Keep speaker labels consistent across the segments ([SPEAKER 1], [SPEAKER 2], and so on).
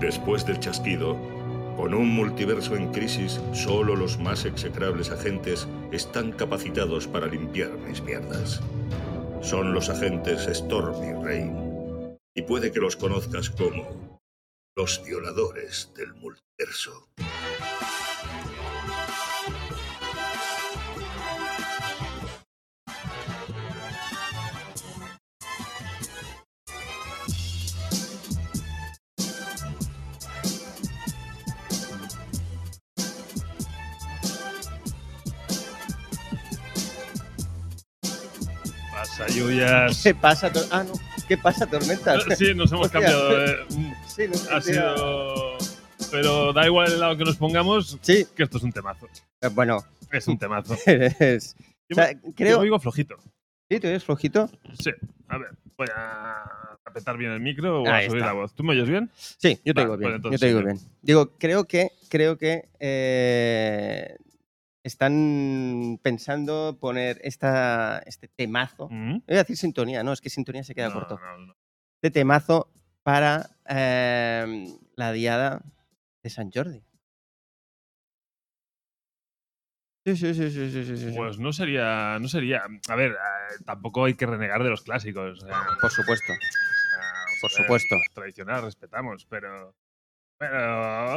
[SPEAKER 1] Después del chasquido, con un multiverso en crisis, solo los más execrables agentes están capacitados para limpiar mis mierdas. Son los agentes Storm y Rain. Y puede que los conozcas como los violadores del multiverso.
[SPEAKER 2] pasa, lluvias?
[SPEAKER 3] ¿Qué pasa? Tor- Ah, no. ¿Qué pasa, tormenta?
[SPEAKER 2] Ah, Sí, nos hemos
[SPEAKER 3] Hostia.
[SPEAKER 2] cambiado. eh, mm,
[SPEAKER 3] Sí, no sé,
[SPEAKER 2] Ha
[SPEAKER 3] tío.
[SPEAKER 2] sido. Pero da igual el lado que nos pongamos,
[SPEAKER 3] Sí,
[SPEAKER 2] que esto es un temazo.
[SPEAKER 3] eh, bueno,
[SPEAKER 2] Es un temazo.
[SPEAKER 3] eres...
[SPEAKER 2] Yo
[SPEAKER 3] o sea,
[SPEAKER 2] me- Yo
[SPEAKER 3] creo...
[SPEAKER 2] digo flojito.
[SPEAKER 3] ¿Sí, tú eres flojito?
[SPEAKER 2] Sí. A ver, voy a apretar bien el micro o
[SPEAKER 3] Ahí
[SPEAKER 2] a subir
[SPEAKER 3] está.
[SPEAKER 2] la voz. ¿Tú me oyes bien?
[SPEAKER 3] Sí, yo te
[SPEAKER 2] Va,
[SPEAKER 3] digo bien.
[SPEAKER 2] pues
[SPEAKER 3] yo
[SPEAKER 2] entonces
[SPEAKER 3] te digo
[SPEAKER 2] sí.
[SPEAKER 3] bien. Digo, creo que, creo que eh, están pensando poner esta, este temazo.
[SPEAKER 2] Mm.
[SPEAKER 3] No Voy a decir sintonía, no, es que sintonía se queda
[SPEAKER 2] No,
[SPEAKER 3] corto.
[SPEAKER 2] no, no.
[SPEAKER 3] Este temazo para eh, la diada de San Jordi. Sí, sí, sí, sí, sí, sí, sí, sí.
[SPEAKER 2] Pues no sería, no sería. A ver, eh, tampoco hay que renegar de los clásicos. eh, o sea,
[SPEAKER 3] Por supuesto,
[SPEAKER 2] o sea,
[SPEAKER 3] por
[SPEAKER 2] eh,
[SPEAKER 3] supuesto.
[SPEAKER 2] Las tradicionales respetamos, pero. Pero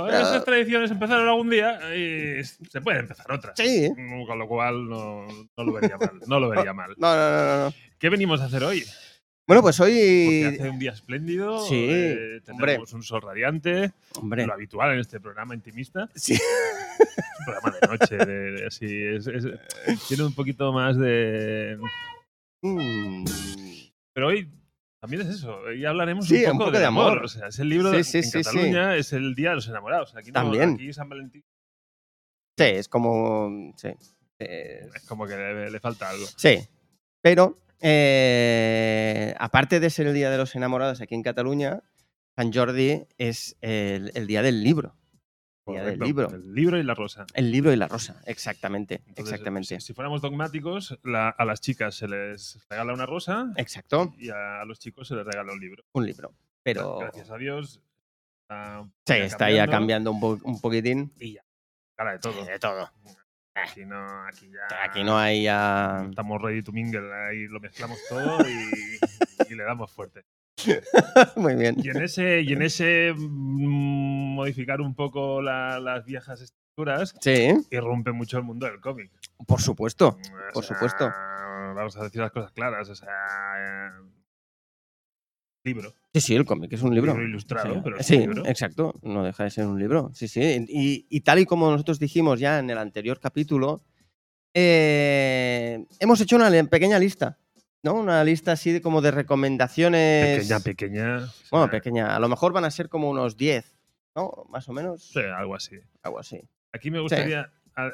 [SPEAKER 3] Pero-
[SPEAKER 2] esas tradiciones empezaron algún día y se pueden empezar otras.
[SPEAKER 3] Sí. ¿eh?
[SPEAKER 2] Mm, Con lo cual no, no lo vería mal. No lo vería mal.
[SPEAKER 3] No, no, no, no, no.
[SPEAKER 2] ¿Qué venimos a hacer hoy?
[SPEAKER 3] Bueno, pues
[SPEAKER 2] Porque
[SPEAKER 3] hoy.
[SPEAKER 2] hace un día espléndido.
[SPEAKER 3] Sí,
[SPEAKER 2] eh, tenemos
[SPEAKER 3] hombre.
[SPEAKER 2] un sol radiante.
[SPEAKER 3] Hombre.
[SPEAKER 2] Lo habitual en este programa intimista.
[SPEAKER 3] Sí.
[SPEAKER 2] Es un programa de noche. de- de- así, es- es- tiene un poquito más de.
[SPEAKER 3] Mm.
[SPEAKER 2] Pero hoy también es eso. Hoy hablaremos
[SPEAKER 3] Sí,
[SPEAKER 2] un, poco del amor. O sea, es el libro
[SPEAKER 3] Sí,
[SPEAKER 2] de
[SPEAKER 3] sí,
[SPEAKER 2] en
[SPEAKER 3] sí, sí.
[SPEAKER 2] Cataluña, es el Día de los Enamorados. Aquí no,
[SPEAKER 3] También.
[SPEAKER 2] Aquí San Valentín
[SPEAKER 3] Sí, es como. Sí. Eh,
[SPEAKER 2] es como que le, le falta algo.
[SPEAKER 3] Sí, pero eh, aparte de ser el Día de los Enamorados aquí en Cataluña, San Jordi es el, el Día del Libro. El Día del
[SPEAKER 2] Correcto.
[SPEAKER 3] Libro.
[SPEAKER 2] El libro y la rosa.
[SPEAKER 3] El libro y la rosa, exactamente,
[SPEAKER 2] Entonces, pues,
[SPEAKER 3] exactamente.
[SPEAKER 2] Si, si fuéramos dogmáticos, la- a las chicas se les regala una rosa
[SPEAKER 3] Exacto,
[SPEAKER 2] y a los chicos se les regala un libro.
[SPEAKER 3] un libro. Pero
[SPEAKER 2] Gracias a Dios. Está un
[SPEAKER 3] sí,
[SPEAKER 2] poco
[SPEAKER 3] está ya cambiando un, po- un poquitín.
[SPEAKER 2] Y ya. Cara de todo.
[SPEAKER 3] De todo.
[SPEAKER 2] Aquí no, aquí ya.
[SPEAKER 3] Eh. Aquí no hay ya...
[SPEAKER 2] Estamos ready to mingle. Ahí lo mezclamos todo y, y le damos fuerte.
[SPEAKER 3] Muy bien.
[SPEAKER 2] Y en ese, y en ese mm, modificar un poco la- las viejas estructuras,
[SPEAKER 3] Sí,
[SPEAKER 2] irrumpe mucho el mundo del cómic. Mm,
[SPEAKER 3] por supuesto.
[SPEAKER 2] O
[SPEAKER 3] por
[SPEAKER 2] sea,
[SPEAKER 3] supuesto.
[SPEAKER 2] Vamos a decir las cosas claras. O sea, eh, libro.
[SPEAKER 3] Sí, sí, el cómic es un libro.
[SPEAKER 2] ilustrado,
[SPEAKER 3] Sí,
[SPEAKER 2] pero es
[SPEAKER 3] sí,
[SPEAKER 2] un libro.
[SPEAKER 3] exacto, no deja de ser un libro. Sí, sí. Y, y tal y como nosotros dijimos ya en el anterior capítulo, eh, hemos hecho una le- pequeña lista, ¿no? Una lista así de, como de recomendaciones.
[SPEAKER 2] Pequeña, pequeña. eh, o sea,
[SPEAKER 3] Bueno, pequeña. A lo mejor van a ser como unos 10, ¿no? Más o menos.
[SPEAKER 2] sí, algo así.
[SPEAKER 3] Algo así.
[SPEAKER 2] Aquí me gustaría a- a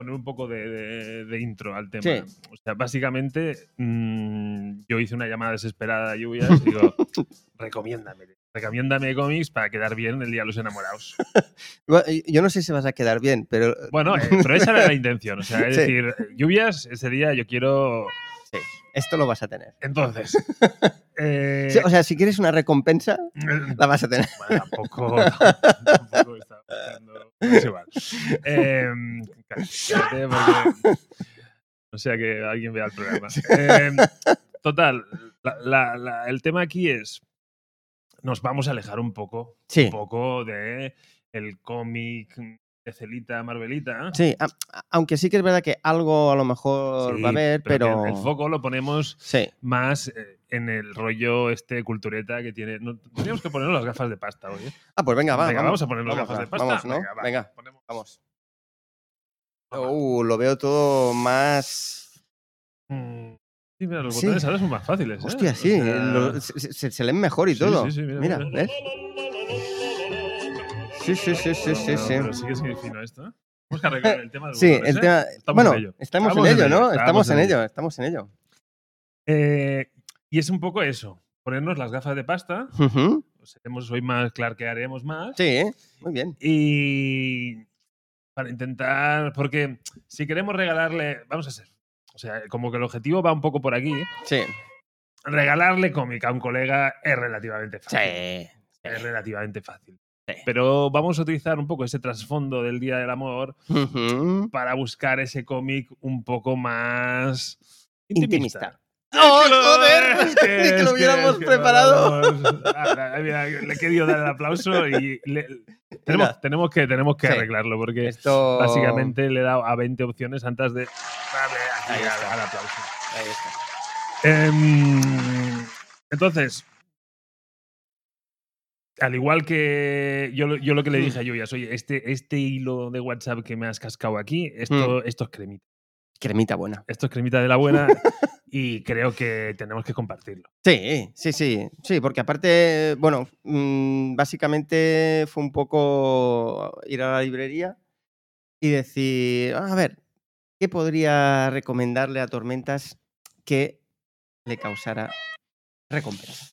[SPEAKER 2] poner un poco de, de- de intro al tema.
[SPEAKER 3] Sí.
[SPEAKER 2] O sea, básicamente, mm, yo hice una llamada desesperada a Lluvias y digo, recomiéndame. Recomiéndame cómics para quedar bien el día de los enamorados.
[SPEAKER 3] Bueno, y- Yo no sé si vas a quedar bien, pero.
[SPEAKER 2] Bueno, eh, pero esa era la intención. O sea, es
[SPEAKER 3] Sí.
[SPEAKER 2] decir, lluvias, ese día yo quiero.
[SPEAKER 3] sí, esto lo vas a tener.
[SPEAKER 2] Entonces. eh,
[SPEAKER 3] Sí, o sea, si quieres una recompensa, la vas a tener.
[SPEAKER 2] bueno, tampoco. tampoco estaba buscando- Es igual. Eh, cállate, porque- o sea, que alguien vea el programa. Eh, total, la- la- la- el tema aquí es. Nos vamos a alejar un poco,
[SPEAKER 3] Sí.
[SPEAKER 2] un poco de el cómic de Celita Marvelita.
[SPEAKER 3] Sí, a- a- aunque sí que es verdad que algo a lo mejor
[SPEAKER 2] Sí,
[SPEAKER 3] va a haber, pero.
[SPEAKER 2] que El foco lo ponemos
[SPEAKER 3] Sí.
[SPEAKER 2] más eh, en el rollo este cultureta que tiene. No, tendríamos que ponernos las gafas de pasta hoy. ¿eh?
[SPEAKER 3] Ah, pues venga, va,
[SPEAKER 2] Venga,
[SPEAKER 3] vamos.
[SPEAKER 2] vamos a poner las
[SPEAKER 3] vamos,
[SPEAKER 2] gafas
[SPEAKER 3] va,
[SPEAKER 2] de pasta.
[SPEAKER 3] Vamos, ¿no? Venga,
[SPEAKER 2] va,
[SPEAKER 3] venga,
[SPEAKER 2] ponemos-
[SPEAKER 3] vamos.
[SPEAKER 2] Toma.
[SPEAKER 3] Uh, lo veo todo más.
[SPEAKER 2] Mm, Sí, mira, los
[SPEAKER 3] Sí.
[SPEAKER 2] botones ahora son más fáciles. ¿eh?
[SPEAKER 3] Hostia,
[SPEAKER 2] O
[SPEAKER 3] sí,
[SPEAKER 2] sea,
[SPEAKER 3] lo- se, se- se leen mejor y
[SPEAKER 2] sí,
[SPEAKER 3] todo.
[SPEAKER 2] sí, sí, mira,
[SPEAKER 3] mira,
[SPEAKER 2] mira.
[SPEAKER 3] ¿ves? Sí, sí, sí, sí, sí,
[SPEAKER 2] pero-
[SPEAKER 3] sí.
[SPEAKER 2] Pero sigue sigue fino esto. ¿eh? Vamos a arreglar el tema del
[SPEAKER 3] Sí,
[SPEAKER 2] botones,
[SPEAKER 3] el
[SPEAKER 2] ¿eh?
[SPEAKER 3] tema.
[SPEAKER 2] Estamos
[SPEAKER 3] bueno,
[SPEAKER 2] en ello.
[SPEAKER 3] estamos en ello, ¿no? Estamos en
[SPEAKER 2] ello.
[SPEAKER 3] ello, estamos en ello.
[SPEAKER 2] Eh, y es un poco eso. Ponernos las gafas de pasta.
[SPEAKER 3] Ujú,
[SPEAKER 2] Seremos hoy más, clarquearemos más.
[SPEAKER 3] Sí, ¿eh? muy bien.
[SPEAKER 2] Y para intentar, porque si queremos regalarle, vamos a ser, o sea, como que el objetivo va un poco por aquí, ¿eh?
[SPEAKER 3] Sí.
[SPEAKER 2] regalarle cómic a un colega es relativamente
[SPEAKER 3] Sí.
[SPEAKER 2] fácil.
[SPEAKER 3] Eh.
[SPEAKER 2] es relativamente fácil. Pero vamos a utilizar un poco ese trasfondo del Día del Amor
[SPEAKER 3] Ujú.
[SPEAKER 2] para buscar ese cómic un poco más
[SPEAKER 3] Intimista.
[SPEAKER 2] intimista.
[SPEAKER 3] ¡Oh,
[SPEAKER 2] Claro,
[SPEAKER 3] joder!
[SPEAKER 2] es que-
[SPEAKER 3] Ni que
[SPEAKER 2] es
[SPEAKER 3] lo hubiéramos
[SPEAKER 2] es que
[SPEAKER 3] preparado.
[SPEAKER 2] no lo hemos- Ah, ah, mira, le he querido dar el aplauso y le- tenemos, tenemos que, tenemos que
[SPEAKER 3] Sí.
[SPEAKER 2] arreglarlo porque
[SPEAKER 3] Esto.
[SPEAKER 2] básicamente le he dado a 20 opciones antes de darle aquí
[SPEAKER 3] Ahí
[SPEAKER 2] al-
[SPEAKER 3] está.
[SPEAKER 2] al aplauso.
[SPEAKER 3] Ahí está.
[SPEAKER 2] Em, entonces, al igual que yo, lo- yo lo que le
[SPEAKER 3] Mm.
[SPEAKER 2] dije a Lluvias, oye, este, este hilo de WhatsApp que me has cascado aquí, esto,
[SPEAKER 3] Mm.
[SPEAKER 2] esto es cremita.
[SPEAKER 3] Cremita buena.
[SPEAKER 2] Esto es cremita de la buena y creo que tenemos que compartirlo.
[SPEAKER 3] Sí, sí, sí. Sí, porque aparte, bueno, mm, básicamente fue un poco ir a la librería y decir, "Ah, a ver, ¿qué podría recomendarle a Tormentas que le causara recompensa?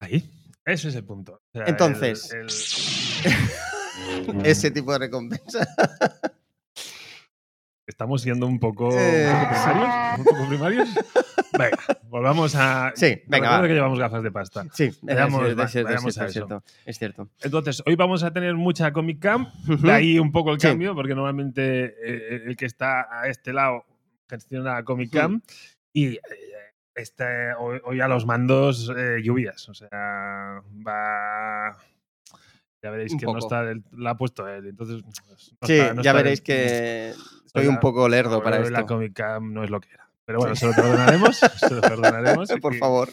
[SPEAKER 2] Ahí. Ese es el punto. O sea,
[SPEAKER 3] Entonces.
[SPEAKER 2] el- el- Mm.
[SPEAKER 3] Ese tipo de recompensa.
[SPEAKER 2] estamos siendo un poco, un
[SPEAKER 3] Eh,
[SPEAKER 2] poco primarios. Un poco primarios. Venga, volvamos a.
[SPEAKER 3] Sí, venga,
[SPEAKER 2] Recuerda
[SPEAKER 3] va.
[SPEAKER 2] que llevamos gafas de pasta.
[SPEAKER 3] Sí, es
[SPEAKER 2] Veamos,
[SPEAKER 3] cierto,
[SPEAKER 2] va,
[SPEAKER 3] es cierto, es
[SPEAKER 2] veamos a
[SPEAKER 3] cierto,
[SPEAKER 2] eso.
[SPEAKER 3] es cierto, es cierto.
[SPEAKER 2] Entonces, hoy vamos a tener mucha Comic Camp. De ahí un poco el
[SPEAKER 3] Sí.
[SPEAKER 2] cambio, porque normalmente eh, el que está a este lado gestiona Comic Cam y eh, este, hoy, hoy a los mandos eh, lluvias. O sea, va. Ya veréis
[SPEAKER 3] Un
[SPEAKER 2] que no
[SPEAKER 3] poco.
[SPEAKER 2] está. del- la ha puesto él. Entonces, no
[SPEAKER 3] Sí,
[SPEAKER 2] está- no
[SPEAKER 3] ya
[SPEAKER 2] está
[SPEAKER 3] veréis
[SPEAKER 2] del-
[SPEAKER 3] que soy
[SPEAKER 2] Hola.
[SPEAKER 3] un poco lerdo
[SPEAKER 2] hoy
[SPEAKER 3] para
[SPEAKER 2] La
[SPEAKER 3] esto.
[SPEAKER 2] Comic Cam no es lo que era. Pero bueno, se lo perdonaremos. se lo perdonaremos.
[SPEAKER 3] Por
[SPEAKER 2] y-
[SPEAKER 3] favor.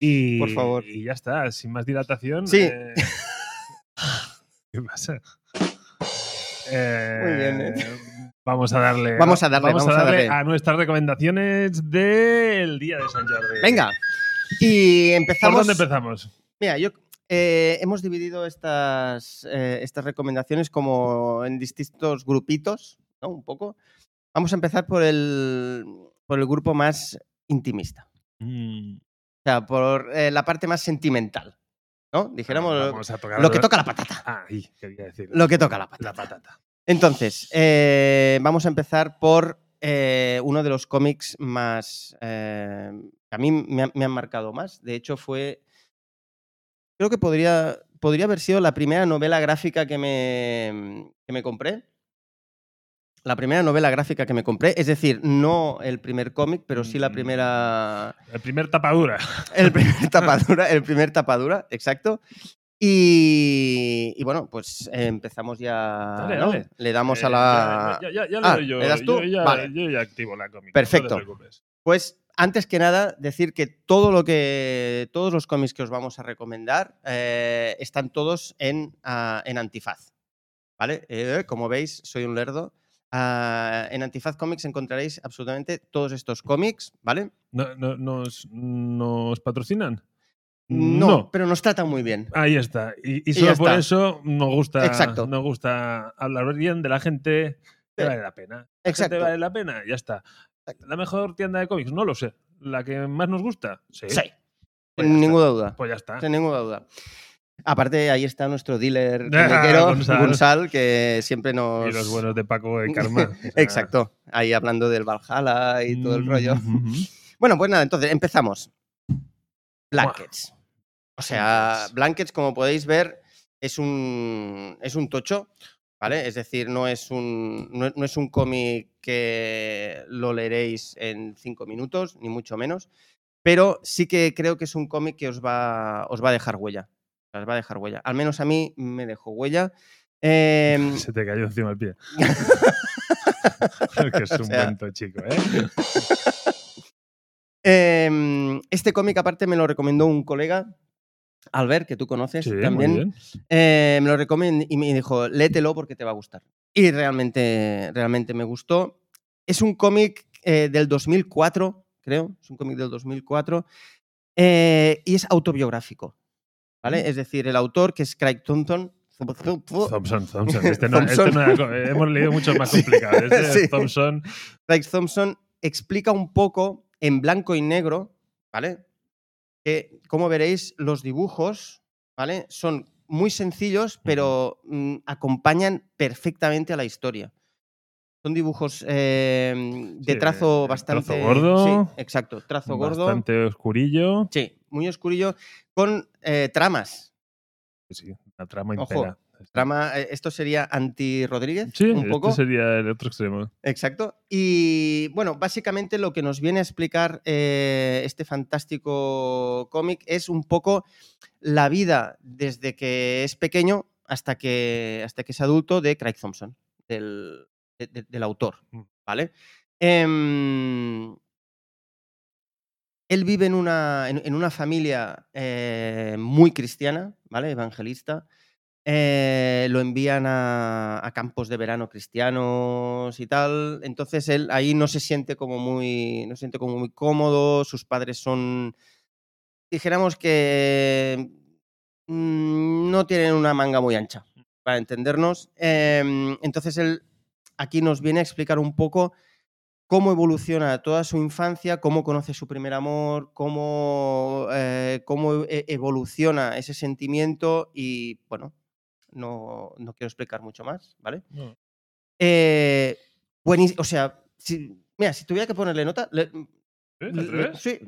[SPEAKER 2] Y,
[SPEAKER 3] por favor.
[SPEAKER 2] Y ya está, sin más dilatación.
[SPEAKER 3] Sí.
[SPEAKER 2] eh, ¿Qué pasa? Eh,
[SPEAKER 3] Muy bien, ¿eh?
[SPEAKER 2] Vamos a darle.
[SPEAKER 3] Vamos a darle, vamos a darle.
[SPEAKER 2] a nuestras recomendaciones del día de San Jordi.
[SPEAKER 3] Venga. Y
[SPEAKER 2] ¿Por
[SPEAKER 3] empezamos.
[SPEAKER 2] dónde empezamos?
[SPEAKER 3] Mira, yo eh, hemos dividido estas, eh, estas recomendaciones como en distintos grupitos, ¿no? Un poco. Vamos a empezar por el, por el grupo más intimista. Mm, O sea, por eh, la parte más sentimental. ¿No? Dijéramos lo-
[SPEAKER 2] Vamos a tocar
[SPEAKER 3] lo que toca la patata.
[SPEAKER 2] Ah, ahí, quería decir.
[SPEAKER 3] Lo que toca la patata.
[SPEAKER 2] La patata.
[SPEAKER 3] Entonces, eh, vamos a empezar por eh, uno de los cómics más. eh, que a mí me, ha- me han marcado más. De hecho, fue. Creo que podría, podría haber sido la primera novela gráfica que me, que me compré. La primera novela gráfica que me compré. Es decir, no el primer cómic, pero sí la
[SPEAKER 2] Mm.
[SPEAKER 3] primera.
[SPEAKER 2] El primer tapadura.
[SPEAKER 3] El primer tapadura, el primer tapadura, exacto. Y, y bueno, pues eh, empezamos ya.
[SPEAKER 2] Dale,
[SPEAKER 3] ¿no?
[SPEAKER 2] dale.
[SPEAKER 3] Le damos a
[SPEAKER 2] Eh,
[SPEAKER 3] la.
[SPEAKER 2] Ya, ya- ya le
[SPEAKER 3] Ah,
[SPEAKER 2] doy yo.
[SPEAKER 3] ¿le das tú?
[SPEAKER 2] Yo ya,
[SPEAKER 3] Vale.
[SPEAKER 2] yo ya activo la cómica.
[SPEAKER 3] Perfecto.
[SPEAKER 2] No te preocupes.
[SPEAKER 3] Pues antes que nada, decir que todo lo que. Todos los cómics que os vamos a recomendar eh, están todos en, ah, en Antifaz. ¿Vale? Eh, como veis, soy un lerdo. Ah, en Antifaz Comics encontraréis absolutamente todos estos cómics, ¿vale?
[SPEAKER 2] No- no- nos, ¿Nos patrocinan?
[SPEAKER 3] pero nos tratan muy bien.
[SPEAKER 2] Ahí está. Y, y
[SPEAKER 3] Y
[SPEAKER 2] solo
[SPEAKER 3] ya
[SPEAKER 2] por
[SPEAKER 3] está.
[SPEAKER 2] eso nos gusta,
[SPEAKER 3] Exacto.
[SPEAKER 2] nos gusta hablar bien de la gente que
[SPEAKER 3] Sí.
[SPEAKER 2] vale la pena.
[SPEAKER 3] Exacto.
[SPEAKER 2] ¿Te vale la pena? Ya está. ¿La mejor tienda de cómics? No lo sé. ¿La que más nos gusta? Sí.
[SPEAKER 3] Sí,
[SPEAKER 2] Pues ya
[SPEAKER 3] sin ninguna duda.
[SPEAKER 2] está. Pues ya está.
[SPEAKER 3] Ah. Sin ninguna duda. Aparte, ahí está nuestro dealer
[SPEAKER 2] Ah,
[SPEAKER 3] comiquero,
[SPEAKER 2] Gonzal.
[SPEAKER 3] Gunsal, que siempre nos.
[SPEAKER 2] Y los buenos de Paco de Karma. O sea,
[SPEAKER 3] Exacto, ahí hablando del Valhalla y todo el
[SPEAKER 2] mm,
[SPEAKER 3] rollo.
[SPEAKER 2] mm, mm.
[SPEAKER 3] Bueno, pues nada, entonces empezamos. Blankets. O sea,
[SPEAKER 2] Blankets.
[SPEAKER 3] Blankets, como podéis ver, es un, es un tocho, ¿vale? Es decir, no es un, no, no es un cómic que lo leeréis en cinco minutos, ni mucho menos, pero sí que creo que es un cómic que os va, os va a dejar huella. Os va a dejar huella. Al menos a mí me dejó huella. Em,
[SPEAKER 2] Se te cayó encima el pie. Porque es un
[SPEAKER 3] sea.
[SPEAKER 2] cuento chico, ¿eh?
[SPEAKER 3] Em, este cómic, aparte, me lo recomendó un colega, Albert, que tú conoces
[SPEAKER 2] Sí, muy
[SPEAKER 3] también.
[SPEAKER 2] bien.
[SPEAKER 3] Eh, me lo recomendó y me dijo, léetelo porque te va a gustar. Y realmente, realmente me gustó. Es un cómic eh, del 2004, creo. Es un cómic del 2004. eh, y es autobiográfico. ¿Vale? Es decir, el autor, que es Craig Thompson.
[SPEAKER 2] Thompson, Thompson. Este no,
[SPEAKER 3] Thompson.
[SPEAKER 2] este no era co- hemos leído mucho más complicado. Este
[SPEAKER 3] Sí.
[SPEAKER 2] es Thompson.
[SPEAKER 3] Craig Thompson explica un poco en blanco y negro, ¿vale? Que, como veréis, los dibujos, ¿vale? Son muy sencillos, pero mm, acompañan perfectamente a la historia. Son dibujos eh, de
[SPEAKER 2] Sí,
[SPEAKER 3] trazo
[SPEAKER 2] eh,
[SPEAKER 3] bastante.
[SPEAKER 2] trazo gordo.
[SPEAKER 3] Sí, exacto, trazo gordo.
[SPEAKER 2] Bastante oscurillo.
[SPEAKER 3] Sí, muy oscurillo, con eh, tramas.
[SPEAKER 2] sí, la trama este.
[SPEAKER 3] Ojo,
[SPEAKER 2] impera.
[SPEAKER 3] Trama, eh, esto sería anti Rodríguez,
[SPEAKER 2] Sí,
[SPEAKER 3] un poco.
[SPEAKER 2] este sería el otro extremo.
[SPEAKER 3] Exacto. Y bueno, básicamente lo que nos viene a explicar eh, este fantástico cómic es un poco la vida desde que es pequeño hasta que, hasta que es adulto de Craig Thompson, del, de- de- del autor.
[SPEAKER 2] Mm.
[SPEAKER 3] ¿Vale? Em, él vive en una, en, en una familia eh, muy cristiana, ¿vale? Evangelista. Eh, lo envían a, a campos de verano cristianos y tal. Entonces él ahí no se siente como muy, no se siente como muy cómodo. Sus padres son, dijéramos que mm, no tienen una manga muy ancha, para entendernos. Em, entonces él aquí nos viene a explicar un poco cómo evoluciona toda su infancia, cómo conoce su primer amor, cómo, eh, cómo e- evoluciona ese sentimiento y, bueno, no, no quiero explicar mucho más, ¿vale?
[SPEAKER 2] No.
[SPEAKER 3] Eh, buenís- o sea, si- mira, si tuviera que ponerle nota... le-
[SPEAKER 2] ¿Eh? ¿Te
[SPEAKER 3] le-
[SPEAKER 2] atreves?
[SPEAKER 3] sí,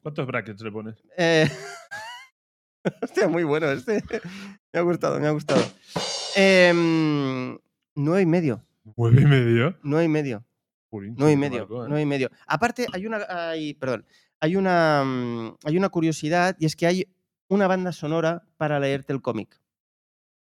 [SPEAKER 2] ¿Cuántos brackets le pones?
[SPEAKER 3] eh, Hostia, muy bueno este. Me ha gustado, me ha gustado. Em, nueve y medio,
[SPEAKER 2] ¿Nueve y medio?
[SPEAKER 3] nueve y medio.
[SPEAKER 2] Purín,
[SPEAKER 3] No y
[SPEAKER 2] qué
[SPEAKER 3] medio,
[SPEAKER 2] barbacoa, ¿eh?
[SPEAKER 3] no y medio. Aparte, hay una, hay, perdón, hay una, mm, hay una curiosidad y es que hay una banda sonora para leerte el cómic.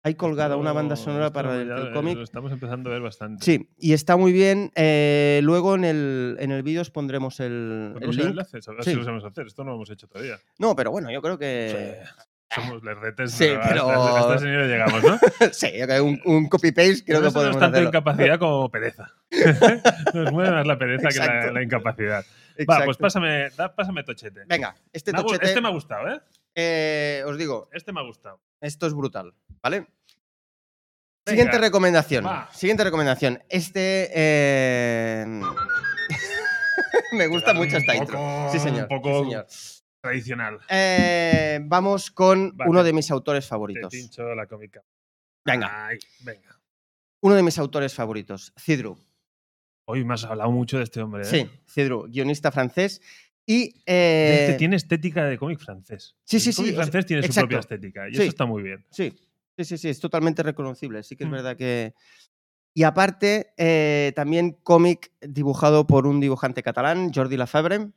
[SPEAKER 3] Hay colgada una banda
[SPEAKER 2] Esto-
[SPEAKER 3] sonora
[SPEAKER 2] esto
[SPEAKER 3] para
[SPEAKER 2] ya
[SPEAKER 3] leerte el
[SPEAKER 2] Lo
[SPEAKER 3] cómic.
[SPEAKER 2] estamos empezando a ver bastante.
[SPEAKER 3] Sí, y está muy bien. eh, luego en el, en el vídeo os pondremos el, el
[SPEAKER 2] ¿Podemos el
[SPEAKER 3] link.
[SPEAKER 2] enlace? Pues A ver
[SPEAKER 3] Sí.
[SPEAKER 2] si lo sabemos hacer. Esto no lo hemos hecho todavía.
[SPEAKER 3] No, pero bueno, yo creo
[SPEAKER 2] O
[SPEAKER 3] que...
[SPEAKER 2] sea, Somos los retes.
[SPEAKER 3] sí,
[SPEAKER 2] pero hasta-
[SPEAKER 3] pero-
[SPEAKER 2] Hasta, ese nivel llegamos, ¿no?
[SPEAKER 3] sí, yo creo que un, un copy-paste creo que
[SPEAKER 2] Nosotros
[SPEAKER 3] podemos
[SPEAKER 2] tenemos tanto
[SPEAKER 3] hacerlo.
[SPEAKER 2] incapacidad como pereza. Nos mueve más la pereza que la,
[SPEAKER 3] Exacto.
[SPEAKER 2] la incapacidad. Va,
[SPEAKER 3] Exacto.
[SPEAKER 2] pues pásame, da- pásame tochete.
[SPEAKER 3] Venga, este
[SPEAKER 2] Me ha gu-
[SPEAKER 3] tochete,
[SPEAKER 2] Este me ha gustado, ¿eh?
[SPEAKER 3] eh, os digo,
[SPEAKER 2] Este me ha gustado.
[SPEAKER 3] Esto es brutal, ¿vale?
[SPEAKER 2] Venga,
[SPEAKER 3] Siguiente recomendación.
[SPEAKER 2] va.
[SPEAKER 3] Siguiente recomendación. Este. eh, Me gusta
[SPEAKER 2] Era
[SPEAKER 3] mucho
[SPEAKER 2] un
[SPEAKER 3] esta
[SPEAKER 2] poco-
[SPEAKER 3] intro. Sí, señor.
[SPEAKER 2] un poco
[SPEAKER 3] sí, señor.
[SPEAKER 2] Tradicional.
[SPEAKER 3] Eh, vamos con
[SPEAKER 2] Vale.
[SPEAKER 3] uno de mis autores
[SPEAKER 2] Te
[SPEAKER 3] favoritos.
[SPEAKER 2] pincho la cómica.
[SPEAKER 3] Venga,
[SPEAKER 2] Ay, venga.
[SPEAKER 3] uno de mis autores favoritos, Cidru.
[SPEAKER 2] Hoy me has hablado mucho de este hombre, ¿eh?
[SPEAKER 3] Sí, Cidru, guionista francés. Y.
[SPEAKER 2] Este
[SPEAKER 3] eh,
[SPEAKER 2] tiene estética de cómic francés.
[SPEAKER 3] Sí, sí,
[SPEAKER 2] El cómic
[SPEAKER 3] sí, o sea,
[SPEAKER 2] francés tiene su
[SPEAKER 3] exacto.
[SPEAKER 2] propia estética y
[SPEAKER 3] Sí.
[SPEAKER 2] eso está muy bien.
[SPEAKER 3] Sí, sí, sí, sí, es totalmente reconocible. Sí que es
[SPEAKER 2] Mm.
[SPEAKER 3] verdad que. Y aparte, eh, también cómic dibujado por un dibujante catalán, Jordi Lafebre,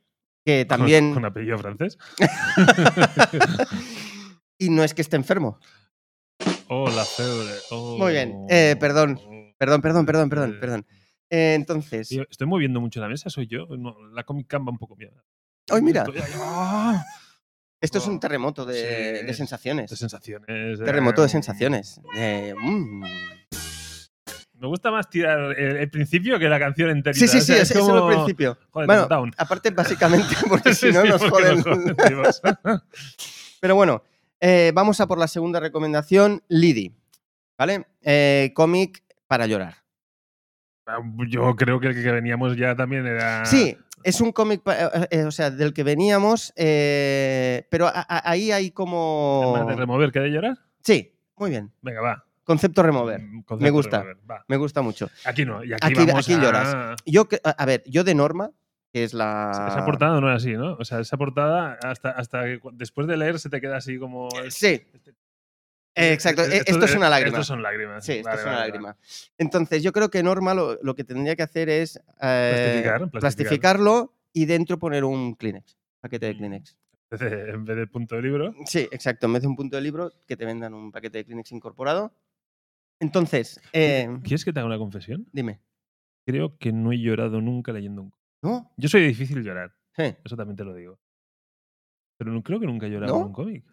[SPEAKER 2] Con-
[SPEAKER 3] que también.
[SPEAKER 2] Con apellido francés.
[SPEAKER 3] y no es que esté enfermo.
[SPEAKER 2] Oh, la febre. Oh.
[SPEAKER 3] Muy bien. Eh, perdón.
[SPEAKER 2] Oh.
[SPEAKER 3] Perdón, perdón, perdón, perdón,
[SPEAKER 2] Eh.
[SPEAKER 3] perdón. Eh, entonces.
[SPEAKER 2] Tío, Estoy moviendo mucho la mesa, soy yo. No, la Comic Cam va un poco mierda.
[SPEAKER 3] ¡Ay, mira!
[SPEAKER 2] Estoy ahí, ¡ah!
[SPEAKER 3] Esto es un
[SPEAKER 2] wow.
[SPEAKER 3] terremoto de,
[SPEAKER 2] Sí,
[SPEAKER 3] de
[SPEAKER 2] es-
[SPEAKER 3] sensaciones.
[SPEAKER 2] De sensaciones. eh,
[SPEAKER 3] terremoto de sensaciones. Eh, mm.
[SPEAKER 2] Me gusta más tirar el, el principio que la canción entera.
[SPEAKER 3] Sí, sí, sí,
[SPEAKER 2] es,
[SPEAKER 3] ese ese es el
[SPEAKER 2] como-
[SPEAKER 3] principio.
[SPEAKER 2] Joder,
[SPEAKER 3] Bueno,
[SPEAKER 2] down.
[SPEAKER 3] Aparte, básicamente, porque si no nos joden. Pero bueno, eh, vamos a por la segunda recomendación, Lidi. ¿Vale? Eh, cómic para llorar.
[SPEAKER 2] Ah, Yo creo que el que veníamos ya también era.
[SPEAKER 3] Sí, es un cómic, pa- eh, eh, o sea, del que veníamos, eh, pero a- a- ahí hay como...
[SPEAKER 2] Más de remover que de llorar.
[SPEAKER 3] Sí, muy bien.
[SPEAKER 2] Venga, va.
[SPEAKER 3] Concepto remover.
[SPEAKER 2] Mm, concepto
[SPEAKER 3] Me gusta.
[SPEAKER 2] remover, va.
[SPEAKER 3] Me gusta mucho.
[SPEAKER 2] Aquí no. Y aquí,
[SPEAKER 3] Aquí-
[SPEAKER 2] vamos
[SPEAKER 3] aquí
[SPEAKER 2] a-
[SPEAKER 3] lloras. Yo, que- a- a ver, yo de Norma, que es la...
[SPEAKER 2] Esa portada no era así, ¿no? O sea, esa portada hasta, hasta que cu- después de leer se te queda así como.
[SPEAKER 3] Sí. Eh, Exacto, eh, esto es una lágrima.
[SPEAKER 2] Esto son lágrimas.
[SPEAKER 3] Sí, esto
[SPEAKER 2] Vale,
[SPEAKER 3] es una
[SPEAKER 2] vale, vale.
[SPEAKER 3] lágrima. Entonces, yo creo que Norma lo, lo que tendría que hacer es eh,
[SPEAKER 2] Plastificar, plastificar.
[SPEAKER 3] plastificarlo y dentro poner un Kleenex, paquete de
[SPEAKER 2] Mm.
[SPEAKER 3] Kleenex.
[SPEAKER 2] Entonces, en vez de punto de libro.
[SPEAKER 3] Sí, exacto. En vez de un punto de libro, que te vendan un paquete de Kleenex incorporado. Entonces, eh,
[SPEAKER 2] ¿Quieres que te haga una confesión?
[SPEAKER 3] dime.
[SPEAKER 2] Creo que no he llorado nunca leyendo un.
[SPEAKER 3] ¿No?
[SPEAKER 2] Yo soy de difícil llorar,
[SPEAKER 3] Sí.
[SPEAKER 2] eso también te lo digo. Pero no, creo que nunca he llorado
[SPEAKER 3] ¿No?
[SPEAKER 2] en un cómic.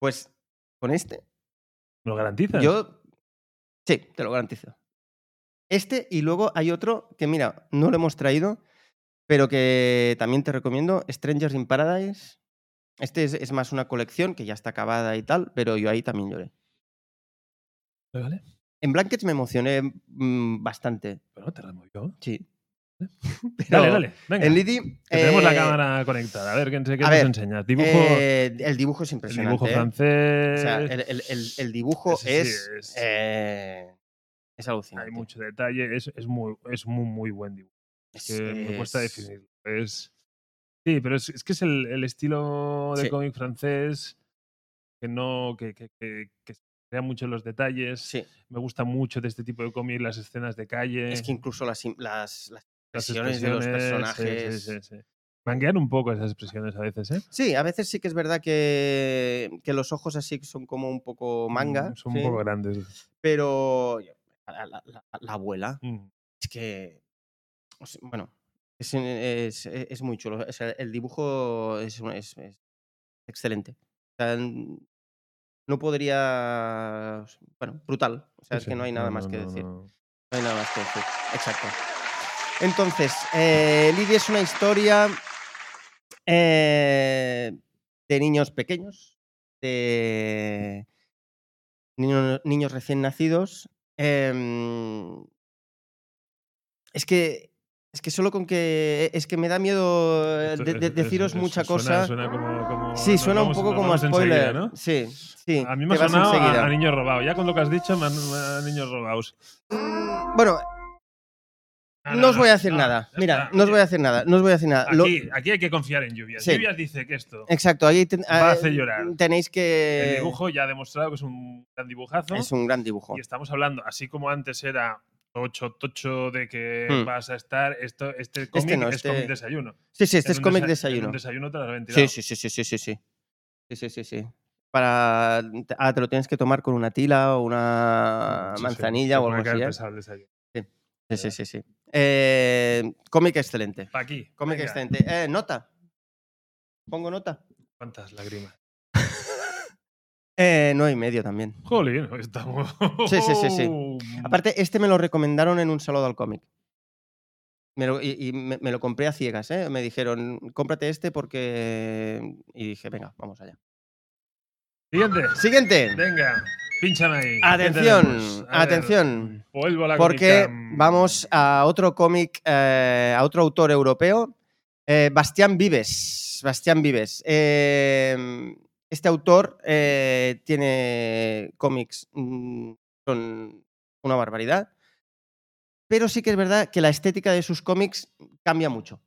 [SPEAKER 3] Pues con este,
[SPEAKER 2] ¿Me lo garantizas?
[SPEAKER 3] yo. Sí, te lo garantizo. Este y luego hay otro que, mira, no lo hemos traído, pero que también te recomiendo: Strangers in Paradise. Este es, es más una colección que ya está acabada y tal, pero yo ahí también lloré.
[SPEAKER 2] ¿Vale?
[SPEAKER 3] En Blankets me emocioné mm, bastante,
[SPEAKER 2] Bueno, te removió.
[SPEAKER 3] sí.
[SPEAKER 2] Vale.
[SPEAKER 3] Pero
[SPEAKER 2] Dale, dale. Venga.
[SPEAKER 3] En Lidi.
[SPEAKER 2] que tenemos la
[SPEAKER 3] eh,
[SPEAKER 2] cámara conectada. A ver, ¿qué, qué
[SPEAKER 3] a
[SPEAKER 2] nos
[SPEAKER 3] ver,
[SPEAKER 2] enseñas? Dibujo,
[SPEAKER 3] Eh, el dibujo es
[SPEAKER 2] el
[SPEAKER 3] impresionante.
[SPEAKER 2] dibujo
[SPEAKER 3] ¿eh?
[SPEAKER 2] francés.
[SPEAKER 3] O sea, el, el- el- el dibujo
[SPEAKER 2] Ese sí
[SPEAKER 3] es.
[SPEAKER 2] es-
[SPEAKER 3] eh, es alucinante.
[SPEAKER 2] Hay mucho detalle. Es, es muy, es muy, muy buen dibujo.
[SPEAKER 3] Es-
[SPEAKER 2] que me cuesta
[SPEAKER 3] es-
[SPEAKER 2] definirlo. Es... Sí, pero es, es que es el, el estilo de
[SPEAKER 3] Sí.
[SPEAKER 2] cómic francés. que no, que, que, que, que se crean mucho los detalles.
[SPEAKER 3] Sí.
[SPEAKER 2] Me gusta mucho de este tipo de cómic las escenas de calle.
[SPEAKER 3] Es que incluso las, im- las, las
[SPEAKER 2] las
[SPEAKER 3] expresiones de los
[SPEAKER 2] expresiones, sí,
[SPEAKER 3] personajes.
[SPEAKER 2] Sí, sí, sí. Manguean un poco esas expresiones a veces, ¿eh?
[SPEAKER 3] Sí, a veces sí que es verdad que, que los ojos así son como un poco manga,
[SPEAKER 2] Mm, Son
[SPEAKER 3] sí,
[SPEAKER 2] un poco grandes.
[SPEAKER 3] pero yo- la, la- la- la abuela
[SPEAKER 2] Mm.
[SPEAKER 3] es que, o sea, bueno, es, es- es muy chulo. o sea, el dibujo es, una- es- es excelente. O sea, n- no podría, bueno, brutal. O sea,
[SPEAKER 2] Sí,
[SPEAKER 3] es que
[SPEAKER 2] sí.
[SPEAKER 3] no hay nada más
[SPEAKER 2] no,
[SPEAKER 3] que
[SPEAKER 2] no,
[SPEAKER 3] decir.
[SPEAKER 2] no.
[SPEAKER 3] No hay nada más que decir. Exacto. Entonces, eh, Lidia es una historia eh, de niños pequeños, de niño- niños recién nacidos. em, es que. Es que solo con que. Es que me da miedo eh,
[SPEAKER 2] Esto-
[SPEAKER 3] de- de-
[SPEAKER 2] es- es-
[SPEAKER 3] deciros
[SPEAKER 2] es-
[SPEAKER 3] mucha
[SPEAKER 2] suena-
[SPEAKER 3] cosa.
[SPEAKER 2] Suena como, como-
[SPEAKER 3] sí,
[SPEAKER 2] nos
[SPEAKER 3] suena
[SPEAKER 2] vamos-
[SPEAKER 3] un poco
[SPEAKER 2] nos
[SPEAKER 3] como a
[SPEAKER 2] vamos
[SPEAKER 3] spoiler.
[SPEAKER 2] enseguida, ¿no?
[SPEAKER 3] Sí, sí.
[SPEAKER 2] A mí
[SPEAKER 3] te
[SPEAKER 2] me ha
[SPEAKER 3] vas
[SPEAKER 2] sonado
[SPEAKER 3] enseguida.
[SPEAKER 2] a, a niños robados. Ya con lo que has dicho, me han- me han- niños robados.
[SPEAKER 3] Mm, Bueno, no os voy a decir nada. Mira, no os voy a decir nada. No os voy a decir nada. Lo-
[SPEAKER 2] Aquí, aquí hay que confiar en Lluvias.
[SPEAKER 3] Sí.
[SPEAKER 2] Lluvias dice que esto,
[SPEAKER 3] Exacto, ahí ten-
[SPEAKER 2] Va a
[SPEAKER 3] ah,
[SPEAKER 2] hacer llorar.
[SPEAKER 3] tenéis que.
[SPEAKER 2] el dibujo ya ha demostrado que es un gran dibujazo.
[SPEAKER 3] Eh, Es un gran dibujo.
[SPEAKER 2] Y estamos hablando, así como antes era tocho, tocho de que
[SPEAKER 3] Hmm.
[SPEAKER 2] vas a estar, esto, este cómic
[SPEAKER 3] no,
[SPEAKER 2] es
[SPEAKER 3] este-
[SPEAKER 2] cómic desayuno.
[SPEAKER 3] Sí, sí, este
[SPEAKER 2] En
[SPEAKER 3] es
[SPEAKER 2] un
[SPEAKER 3] cómic
[SPEAKER 2] desa- En
[SPEAKER 3] desayuno.
[SPEAKER 2] un desayuno te las habían tirado.
[SPEAKER 3] Sí, sí, sí, sí, sí, sí, sí. Sí, sí, sí, sí. Para. ah, te lo tienes que tomar con una tila o una
[SPEAKER 2] Sí, sí, se
[SPEAKER 3] manzanilla o
[SPEAKER 2] pone
[SPEAKER 3] algo
[SPEAKER 2] que
[SPEAKER 3] así.
[SPEAKER 2] ha
[SPEAKER 3] ¿eh?
[SPEAKER 2] empezado el desayuno.
[SPEAKER 3] Sí, sí, sí, sí. Eh, cómic excelente.
[SPEAKER 2] Pa' aquí.
[SPEAKER 3] Cómic
[SPEAKER 2] venga.
[SPEAKER 3] excelente. Eh, nota. Pongo nota.
[SPEAKER 2] ¿Cuántas lágrimas?
[SPEAKER 3] Eh, no y medio también.
[SPEAKER 2] Jolín, estamos.
[SPEAKER 3] Sí, sí, sí, sí. Aparte, este me lo recomendaron en un salón al cómic. Me lo- y y me, me lo compré a ciegas, ¿eh? Me dijeron, cómprate este porque... Y dije, venga, vamos allá.
[SPEAKER 2] Siguiente.
[SPEAKER 3] Siguiente.
[SPEAKER 2] Venga, pínchame ahí. ¿Qué tenemos?
[SPEAKER 3] Atención,
[SPEAKER 2] A ver,
[SPEAKER 3] atención.
[SPEAKER 2] Vuelvo a la mm.
[SPEAKER 3] Porque
[SPEAKER 2] cómica.
[SPEAKER 3] vamos a otro cómic, eh, a otro autor europeo, eh, Bastián Vives. Bastián Vives. Eh, este autor eh, tiene cómics, mm, son una barbaridad, pero sí que es verdad que la estética de sus cómics cambia mucho.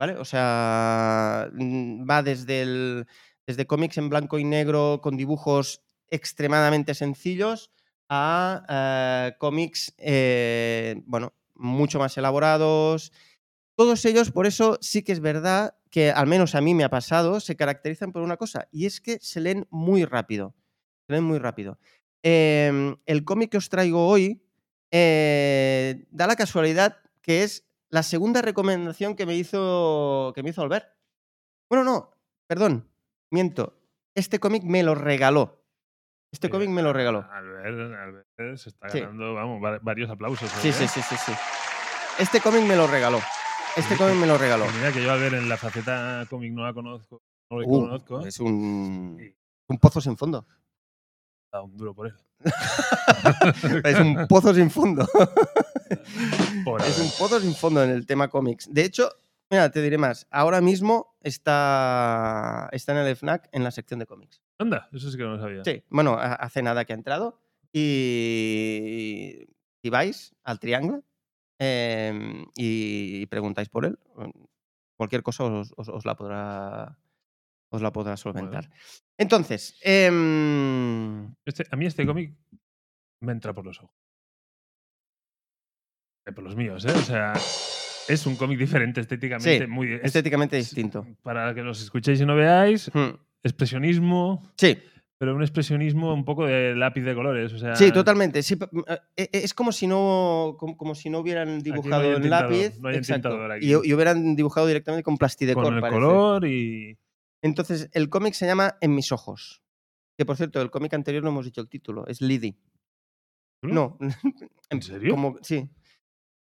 [SPEAKER 3] ¿Vale? O sea, mm, va desde, el, desde cómics en blanco y negro con dibujos extremadamente sencillos a eh, cómics, eh, bueno, mucho más elaborados. Todos ellos, por eso sí que es verdad que, al menos a mí me ha pasado, se caracterizan por una cosa, y es que se leen muy rápido. Se leen muy rápido. Em, el cómic que os traigo hoy eh, da la casualidad que es la segunda recomendación que me hizo, que me hizo Albert. Bueno, no, perdón, miento. Este cómic me lo regaló. Este
[SPEAKER 2] Sí,
[SPEAKER 3] cómic me lo regaló.
[SPEAKER 2] Albert, Albert se está
[SPEAKER 3] Sí.
[SPEAKER 2] ganando, vamos, va- varios aplausos. hoy,
[SPEAKER 3] Sí, sí,
[SPEAKER 2] ¿eh?
[SPEAKER 3] sí, sí, sí. Este cómic me lo regaló. Este cómic me lo regaló.
[SPEAKER 2] Mira que yo a ver en la faceta cómic no la conozco, no le
[SPEAKER 3] Uh,
[SPEAKER 2] conozco, ¿eh?
[SPEAKER 3] es un,
[SPEAKER 2] Sí.
[SPEAKER 3] un pozo sin fondo.
[SPEAKER 2] da un duro por él.
[SPEAKER 3] Es un pozo sin fondo.
[SPEAKER 2] Por
[SPEAKER 3] Es
[SPEAKER 2] ahora.
[SPEAKER 3] un pozo sin fondo en el tema cómics. De hecho, mira, te diré más. Ahora mismo está, está en el FNAC en la sección de cómics.
[SPEAKER 2] Anda, eso sí que no lo sabía.
[SPEAKER 3] Sí, bueno, ha- hace nada que ha entrado. Y si vais al triángulo em, y preguntáis por él, em, cualquier cosa os, os- os la podrá os la podrá solventar. Entonces, em,
[SPEAKER 2] Este- a mí este cómic me entra por los ojos. Eh, Por los míos, ¿eh? O sea, es un cómic diferente estéticamente.
[SPEAKER 3] Sí,
[SPEAKER 2] muy, es-
[SPEAKER 3] estéticamente
[SPEAKER 2] es-
[SPEAKER 3] distinto.
[SPEAKER 2] Para que nos escuchéis y no veáis,
[SPEAKER 3] Hmm,
[SPEAKER 2] expresionismo,
[SPEAKER 3] Sí,
[SPEAKER 2] pero un expresionismo un poco de lápiz de colores. O sea,
[SPEAKER 3] sí, totalmente. sí, pa- m- eh, eh, es como si no, como, como si no hubieran
[SPEAKER 2] no hay
[SPEAKER 3] dibujado en
[SPEAKER 2] entintador,
[SPEAKER 3] lápiz
[SPEAKER 2] no hay
[SPEAKER 3] exacto,
[SPEAKER 2] entintador aquí.
[SPEAKER 3] y, y hubieran dibujado directamente con plastidecor.
[SPEAKER 2] con el
[SPEAKER 3] parece.
[SPEAKER 2] color y.
[SPEAKER 3] Entonces, el cómic se llama En mis ojos. Que por cierto, el cómic anterior no hemos dicho el título, es Lidi.
[SPEAKER 2] ¿Mm?
[SPEAKER 3] No.
[SPEAKER 2] ¿En serio?
[SPEAKER 3] Em, Como, sí.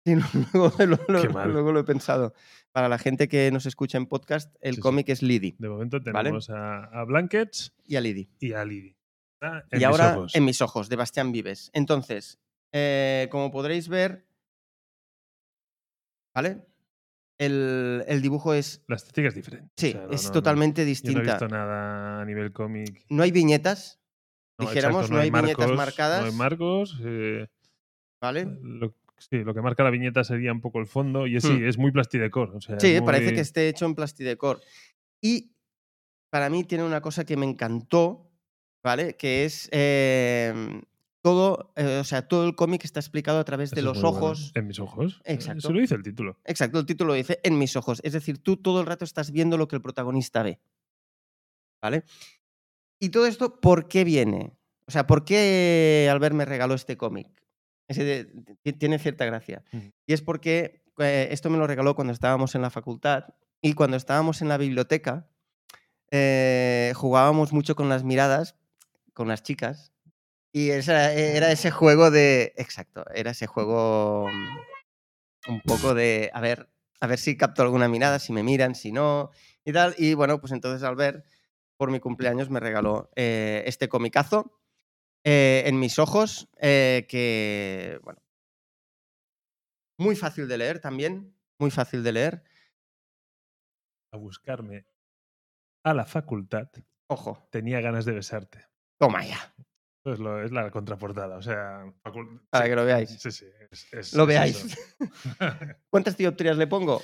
[SPEAKER 3] Sí, lo- luego, lo- lo-
[SPEAKER 2] Qué mal.
[SPEAKER 3] luego lo he pensado. Para la gente que nos escucha en podcast, el
[SPEAKER 2] Sí, sí.
[SPEAKER 3] cómic es Lidi
[SPEAKER 2] De momento
[SPEAKER 3] Vale.
[SPEAKER 2] tenemos a, a Blankets
[SPEAKER 3] y a Lidi.
[SPEAKER 2] y a Lidi. Ah, en mis
[SPEAKER 3] Y ahora
[SPEAKER 2] ojos.
[SPEAKER 3] En mis ojos, de Bastián Vives. Entonces, eh, como podréis ver, ¿vale? El, el dibujo es,
[SPEAKER 2] la estética es diferente.
[SPEAKER 3] sí,
[SPEAKER 2] O sea, no-
[SPEAKER 3] es
[SPEAKER 2] no- no.
[SPEAKER 3] totalmente
[SPEAKER 2] Yo no he
[SPEAKER 3] distinta.
[SPEAKER 2] visto nada a nivel cómic.
[SPEAKER 3] no hay viñetas,
[SPEAKER 2] No,
[SPEAKER 3] Dijéramos, no hay viñetas marcadas.
[SPEAKER 2] No hay marcos. eh,
[SPEAKER 3] ¿vale?
[SPEAKER 2] lo, sí, lo que marca la viñeta sería un poco el fondo. Y es- sí,
[SPEAKER 3] Hmm.
[SPEAKER 2] es muy plastidecor. O sea,
[SPEAKER 3] Sí,
[SPEAKER 2] es
[SPEAKER 3] parece
[SPEAKER 2] muy-
[SPEAKER 3] que esté hecho en plastidecor. Y para mí tiene una cosa que me encantó, ¿vale? Que es eh, todo, eh, o sea, todo el cómic está explicado a través de
[SPEAKER 2] Eso es
[SPEAKER 3] los
[SPEAKER 2] muy bueno.
[SPEAKER 3] ojos.
[SPEAKER 2] En mis ojos. eh,
[SPEAKER 3] Exacto.
[SPEAKER 2] Eso lo dice el título.
[SPEAKER 3] Exacto, el título dice en mis ojos. Es decir, tú todo el rato estás viendo lo que el protagonista ve. ¿Vale? Y todo esto, ¿por qué viene? O sea, ¿por qué Albert me regaló este cómic? Ese de- ti- tiene cierta gracia.
[SPEAKER 2] Ujú.
[SPEAKER 3] Y es porque eh, esto me lo regaló cuando estábamos en la facultad y cuando estábamos en la biblioteca eh, jugábamos mucho con las miradas, con las chicas. Y esa- era ese juego de. Exacto, era ese juego mm, un poco de. A ver, a ver si capto alguna mirada, si me miran, si no, y tal. Y bueno, pues entonces Albert, por mi cumpleaños, me regaló eh, este comicazo eh, en mis ojos, eh, que, bueno, muy fácil de leer también, muy fácil de leer.
[SPEAKER 2] A buscarme a la facultad
[SPEAKER 3] Ojo,
[SPEAKER 2] tenía ganas de besarte.
[SPEAKER 3] toma ya,
[SPEAKER 2] Pues lo- es la contraportada. O sea, facul-
[SPEAKER 3] para
[SPEAKER 2] sí,
[SPEAKER 3] que lo veáis.
[SPEAKER 2] Sí, sí. es- es-
[SPEAKER 3] Lo
[SPEAKER 2] es
[SPEAKER 3] veáis.
[SPEAKER 2] eso.
[SPEAKER 3] ¿Cuántas dioptrías le pongo?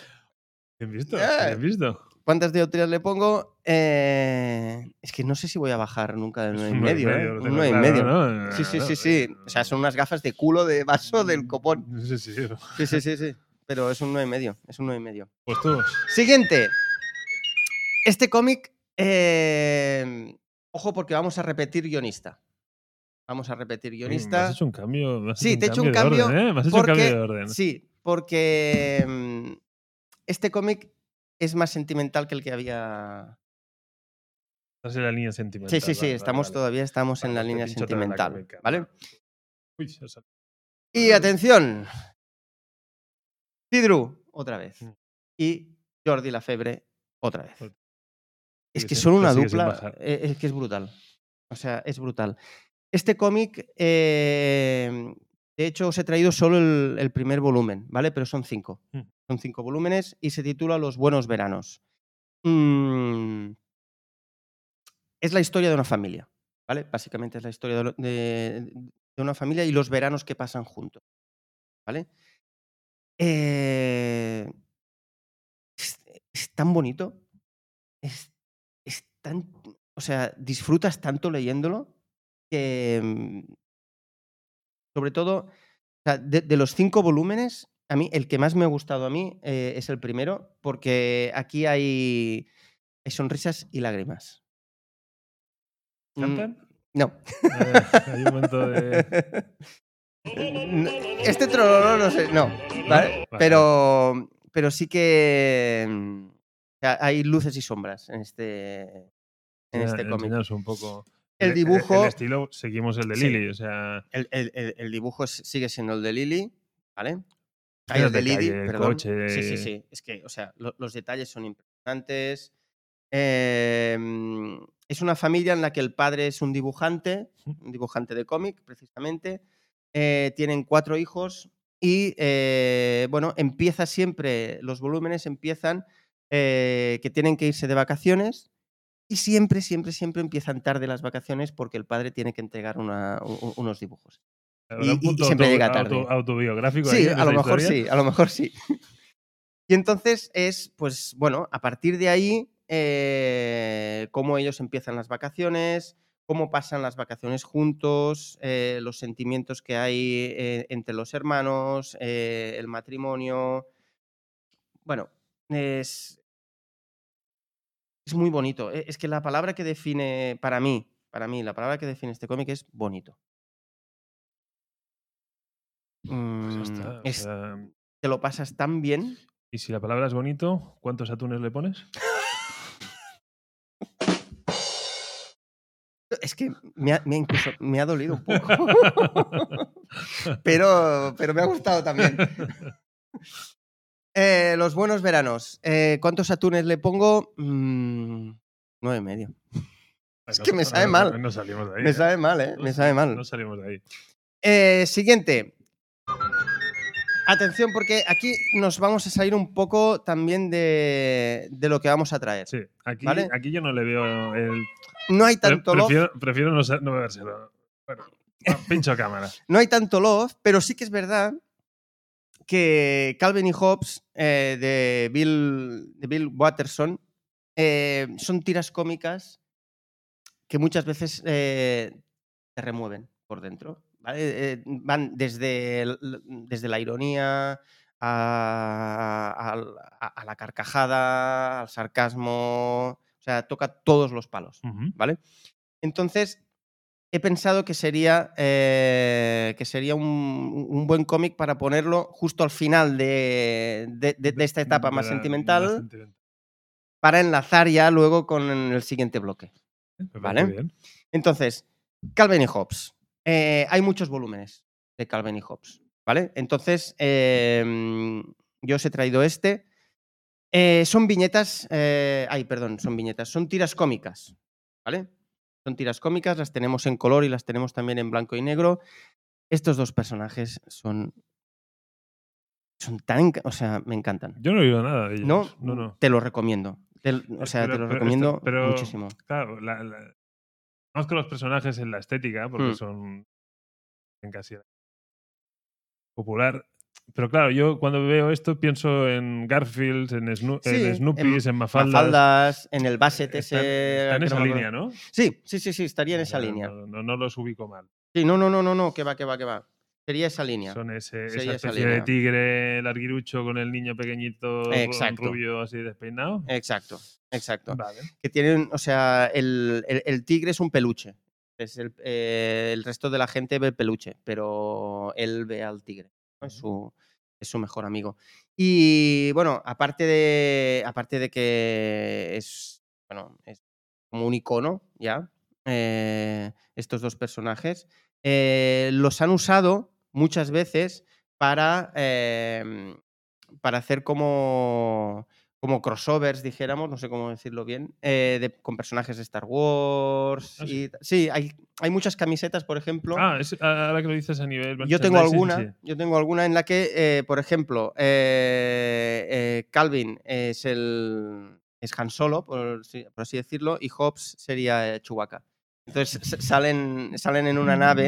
[SPEAKER 2] ¿Bien visto?
[SPEAKER 3] Yeah.
[SPEAKER 2] ¿Bien visto?
[SPEAKER 3] ¿Cuántas dioptrías le pongo? Eh, es que no sé si voy a bajar nunca del 9,5.
[SPEAKER 2] Un nueve y
[SPEAKER 3] medio, ¿eh?
[SPEAKER 2] lo
[SPEAKER 3] Un
[SPEAKER 2] tengo
[SPEAKER 3] 9,5.
[SPEAKER 2] claro, ¿no?
[SPEAKER 3] Sí, sí,
[SPEAKER 2] No,
[SPEAKER 3] sí, sí. O sea, son unas gafas de culo de vaso del copón.
[SPEAKER 2] Sí, sí.
[SPEAKER 3] Sí, sí, sí, sí. Pero es un 9,5. medio, es un 9,5. medio.
[SPEAKER 2] Pues tú.
[SPEAKER 3] Siguiente. Este cómic, eh, ojo porque vamos a repetir guionista. Vamos a repetir
[SPEAKER 2] Me
[SPEAKER 3] guionista.
[SPEAKER 2] has hecho un cambio. me has
[SPEAKER 3] Sí, te he hecho un
[SPEAKER 2] de
[SPEAKER 3] cambio
[SPEAKER 2] orden, ¿eh? Me has hecho un
[SPEAKER 3] porque,
[SPEAKER 2] cambio de orden.
[SPEAKER 3] Sí, porque mm, este cómic es más sentimental que el que había...
[SPEAKER 2] Estás en la línea sentimental.
[SPEAKER 3] Sí, sí, sí,
[SPEAKER 2] vale, vale,
[SPEAKER 3] estamos
[SPEAKER 2] vale.
[SPEAKER 3] todavía estamos en
[SPEAKER 2] Vale,
[SPEAKER 3] la
[SPEAKER 2] te
[SPEAKER 3] línea
[SPEAKER 2] pincho otra vez la
[SPEAKER 3] sentimental,
[SPEAKER 2] comica,
[SPEAKER 3] ¿vale?
[SPEAKER 2] Uy, se ha salido.
[SPEAKER 3] Y atención. Tidru, otra vez.
[SPEAKER 2] Mm.
[SPEAKER 3] Y Jordi Lafebre, otra vez.
[SPEAKER 2] Ot-
[SPEAKER 3] Es
[SPEAKER 2] sigue
[SPEAKER 3] que
[SPEAKER 2] sin-
[SPEAKER 3] son
[SPEAKER 2] la
[SPEAKER 3] una
[SPEAKER 2] sigue sin
[SPEAKER 3] dupla,
[SPEAKER 2] bajar.
[SPEAKER 3] eh, es que es brutal. O sea, es brutal. Este cómic, eh, de hecho, os he traído solo el, el primer volumen, ¿vale? Pero son cinco.
[SPEAKER 2] Mm.
[SPEAKER 3] Son cinco volúmenes y se titula Los Buenos Veranos. Mm, Es la historia de una familia, ¿vale? Básicamente es la historia de lo- de- de una familia y los veranos que pasan juntos. ¿vale? Eh, es, es tan bonito, es, es tan, o sea, disfrutas tanto leyéndolo que, mm, sobre todo, o sea, de, de los cinco volúmenes, a mí el que más me ha gustado a mí eh, es el primero, porque aquí hay, hay sonrisas y lágrimas. Mm,
[SPEAKER 2] ¿Cantan?
[SPEAKER 3] No.
[SPEAKER 2] Ah, Hay un momento de.
[SPEAKER 3] N- Este trololo no sé, no, ¿vale?
[SPEAKER 2] Vale.
[SPEAKER 3] Pero, pero sí que mm, o sea, hay luces y sombras en este, en este
[SPEAKER 2] enseñar-
[SPEAKER 3] cómic.
[SPEAKER 2] enseñaros un poco. e-
[SPEAKER 3] El dibujo-
[SPEAKER 2] El, estilo, seguimos el de
[SPEAKER 3] Sí.
[SPEAKER 2] Lily, o sea.
[SPEAKER 3] El, el- el- el dibujo es- sigue siendo el de Lily, ¿vale? Ay,
[SPEAKER 2] escenas
[SPEAKER 3] el de Lily,
[SPEAKER 2] calle, el
[SPEAKER 3] perdón.
[SPEAKER 2] coche.
[SPEAKER 3] Sí, sí, sí. Es que, o sea, lo- los detalles son impresionantes. Eh, mm, es una familia en la que el padre es un dibujante,
[SPEAKER 2] Ujú.
[SPEAKER 3] un dibujante de cómic, precisamente. Eh, tienen cuatro hijos y, eh, bueno, empieza siempre, los volúmenes empiezan eh, que tienen que irse de vacaciones y siempre, siempre, siempre empiezan tarde las vacaciones porque el padre tiene que entregar una- u- u- unos dibujos.
[SPEAKER 2] habrá
[SPEAKER 3] y-
[SPEAKER 2] un
[SPEAKER 3] y- y
[SPEAKER 2] punto
[SPEAKER 3] siempre llega tarde.
[SPEAKER 2] autobiográfico. ahí
[SPEAKER 3] Sí,
[SPEAKER 2] en
[SPEAKER 3] a
[SPEAKER 2] esta
[SPEAKER 3] lo mejor
[SPEAKER 2] historia.
[SPEAKER 3] sí, a lo mejor sí. Y entonces es, pues bueno, a partir de ahí, eh, cómo ellos empiezan las vacaciones, cómo pasan las vacaciones juntos, eh, los sentimientos que hay eh, entre los hermanos, eh, el matrimonio. Bueno, es, es muy bonito. E- Es que la palabra que define, para mí, para mí, la palabra que define este cómic es bonito.
[SPEAKER 2] Pues ya
[SPEAKER 3] Mm,
[SPEAKER 2] está, o
[SPEAKER 3] es
[SPEAKER 2] sea,
[SPEAKER 3] te lo pasas tan bien.
[SPEAKER 2] y si la palabra es bonito, ¿cuántos atunes le pones?
[SPEAKER 3] Es que me ha, me ha incluso- me ha dolido un poco. pero, pero me ha gustado también. Eh, los buenos veranos. Eh, ¿Cuántos atunes le pongo? Mm, nueve y medio. Es que me sabe mal.
[SPEAKER 2] No salimos de ahí.
[SPEAKER 3] Me
[SPEAKER 2] ¿eh?
[SPEAKER 3] sabe mal, ¿eh? Me sabe mal.
[SPEAKER 2] No salimos de ahí.
[SPEAKER 3] Eh, siguiente. Atención, porque aquí nos vamos a salir un poco también de, de lo que vamos a traer.
[SPEAKER 2] Sí, aquí,
[SPEAKER 3] Vale.
[SPEAKER 2] aquí yo no le veo el.
[SPEAKER 3] No hay tanto
[SPEAKER 2] Pre-
[SPEAKER 3] love
[SPEAKER 2] prefiero, prefiero no, sa- no bebérselo. Bueno, va, pincho cámara.
[SPEAKER 3] no hay tanto love, pero sí que es verdad que Calvin y Hobbes eh, de, Bill, de Bill Watterson eh, son tiras cómicas que muchas veces eh, te remueven por dentro. ¿vale? Eh, van desde, el- desde la ironía a, al- a- a la carcajada, al sarcasmo, o sea, toca todos los palos.
[SPEAKER 2] Ujú.
[SPEAKER 3] ¿vale? Entonces, he pensado que sería, eh, que sería un, un buen cómic para ponerlo justo al final de, de- de- de esta etapa más
[SPEAKER 2] Para- más
[SPEAKER 3] sentimental,
[SPEAKER 2] sentimental.
[SPEAKER 3] para enlazar ya luego con el siguiente bloque.
[SPEAKER 2] Me parece
[SPEAKER 3] Vale.
[SPEAKER 2] bien.
[SPEAKER 3] Entonces, Calvin y Hobbes. Eh, hay muchos volúmenes de Calvin y Hobbes, ¿vale? Entonces, em, yo os he traído este. Eh, son viñetas, eh, ay, perdón, son viñetas, son tiras cómicas, ¿vale? Son tiras cómicas, las tenemos en color y las tenemos también en blanco y negro. Estos dos personajes son, son tan, enca- o sea, me encantan.
[SPEAKER 2] Yo no he oído nada de ellos.
[SPEAKER 3] No,
[SPEAKER 2] no, no.
[SPEAKER 3] te lo recomiendo. Te l- o
[SPEAKER 2] Es-
[SPEAKER 3] sea,
[SPEAKER 2] pero-
[SPEAKER 3] te lo
[SPEAKER 2] pero esto-
[SPEAKER 3] recomiendo
[SPEAKER 2] pero-
[SPEAKER 3] muchísimo.
[SPEAKER 2] Claro, la, la- conozco los personajes en la estética, porque
[SPEAKER 3] Mm.
[SPEAKER 2] son en casi la- popular. Pero claro, yo cuando veo esto pienso en Garfield, en, Snu-
[SPEAKER 3] Sí,
[SPEAKER 2] en
[SPEAKER 3] en
[SPEAKER 2] Snoopy, en, Mafalda.
[SPEAKER 3] Mafaldas, en el Basset ese...
[SPEAKER 2] Están, eh, están en
[SPEAKER 3] que no
[SPEAKER 2] esa
[SPEAKER 3] me acuerdo.
[SPEAKER 2] línea, ¿no?
[SPEAKER 3] Sí, sí, sí, sí, estaría en esa
[SPEAKER 2] No,
[SPEAKER 3] línea.
[SPEAKER 2] No, no- no los ubico mal.
[SPEAKER 3] Sí, no, no, no, no, no, que va, que va, que va. Sería esa línea.
[SPEAKER 2] Son ese,
[SPEAKER 3] Sí,
[SPEAKER 2] esa
[SPEAKER 3] esa
[SPEAKER 2] especie de
[SPEAKER 3] línea.
[SPEAKER 2] tigre larguirucho con el niño pequeñito ru-
[SPEAKER 3] Exacto.
[SPEAKER 2] rubio así despeinado.
[SPEAKER 3] Exacto, exacto.
[SPEAKER 2] Vale.
[SPEAKER 3] Que tienen, o sea, el, el- el tigre es un peluche. Es el, eh, el resto de la gente ve el peluche, pero él ve al tigre. ¿no? Es, su, es su mejor amigo. Y bueno, aparte de, aparte de que es, bueno, es como un icono ya, eh, estos dos personajes, eh, los han usado muchas veces para, eh, para hacer como, como crossovers, dijéramos, no sé cómo decirlo bien, eh, de- con personajes de Star Wars.
[SPEAKER 2] Ah, sí.
[SPEAKER 3] y, sí, hay, hay muchas camisetas, por ejemplo.
[SPEAKER 2] Ah, es- ahora que lo dices a nivel.
[SPEAKER 3] Yo tengo
[SPEAKER 2] merchandising,
[SPEAKER 3] alguna, yo tengo alguna en la que, eh, por ejemplo, eh, eh, Calvin es el es Han Solo, por, si- por así decirlo, y Hobbes sería eh, Chewbacca. Entonces s- salen, salen en una nave,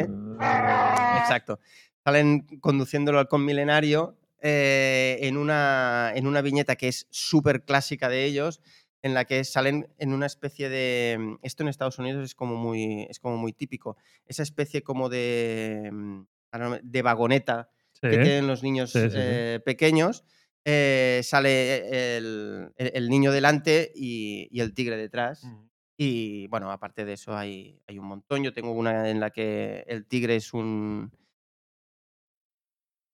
[SPEAKER 3] exacto, salen conduciéndolo al conmilenario eh, en, una, en una viñeta que es súper clásica de ellos, en la que salen en una especie de... Esto en Estados Unidos es como muy, es como muy típico, esa especie como de, mm, ahora no me- de vagoneta
[SPEAKER 2] Sí.
[SPEAKER 3] que tienen los niños
[SPEAKER 2] Sí, sí, sí.
[SPEAKER 3] eh, pequeños, eh, sale el, el- el niño delante y, y el tigre detrás.
[SPEAKER 2] Mm.
[SPEAKER 3] Y bueno, aparte de eso hay, hay un montón. Yo tengo una en la que el tigre es un...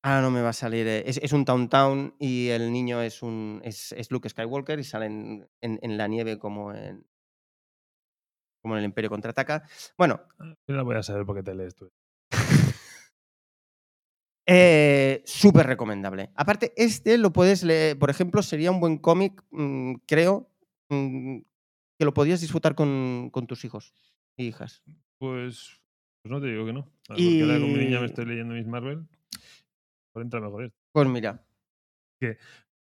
[SPEAKER 3] Ah, no me va a salir. eh, Es, es un Town Town y el niño es un es, es Luke Skywalker y salen en, en la nieve como en, como en el Imperio Contraataca. Bueno,
[SPEAKER 2] Ah, Yo la voy a saber porque te lees tú.
[SPEAKER 3] Eh, Súper recomendable. Aparte, este lo puedes leer, por ejemplo, sería un buen cómic, mm, creo, mm, que lo podías disfrutar con, con tus hijos e hijas.
[SPEAKER 2] Pues, pues no te digo que no. Ah, Porque ahora con mi niña me
[SPEAKER 3] Y-
[SPEAKER 2] estoy leyendo Miss Marvel. Por entra mejor esto.
[SPEAKER 3] Pues mira.
[SPEAKER 2] El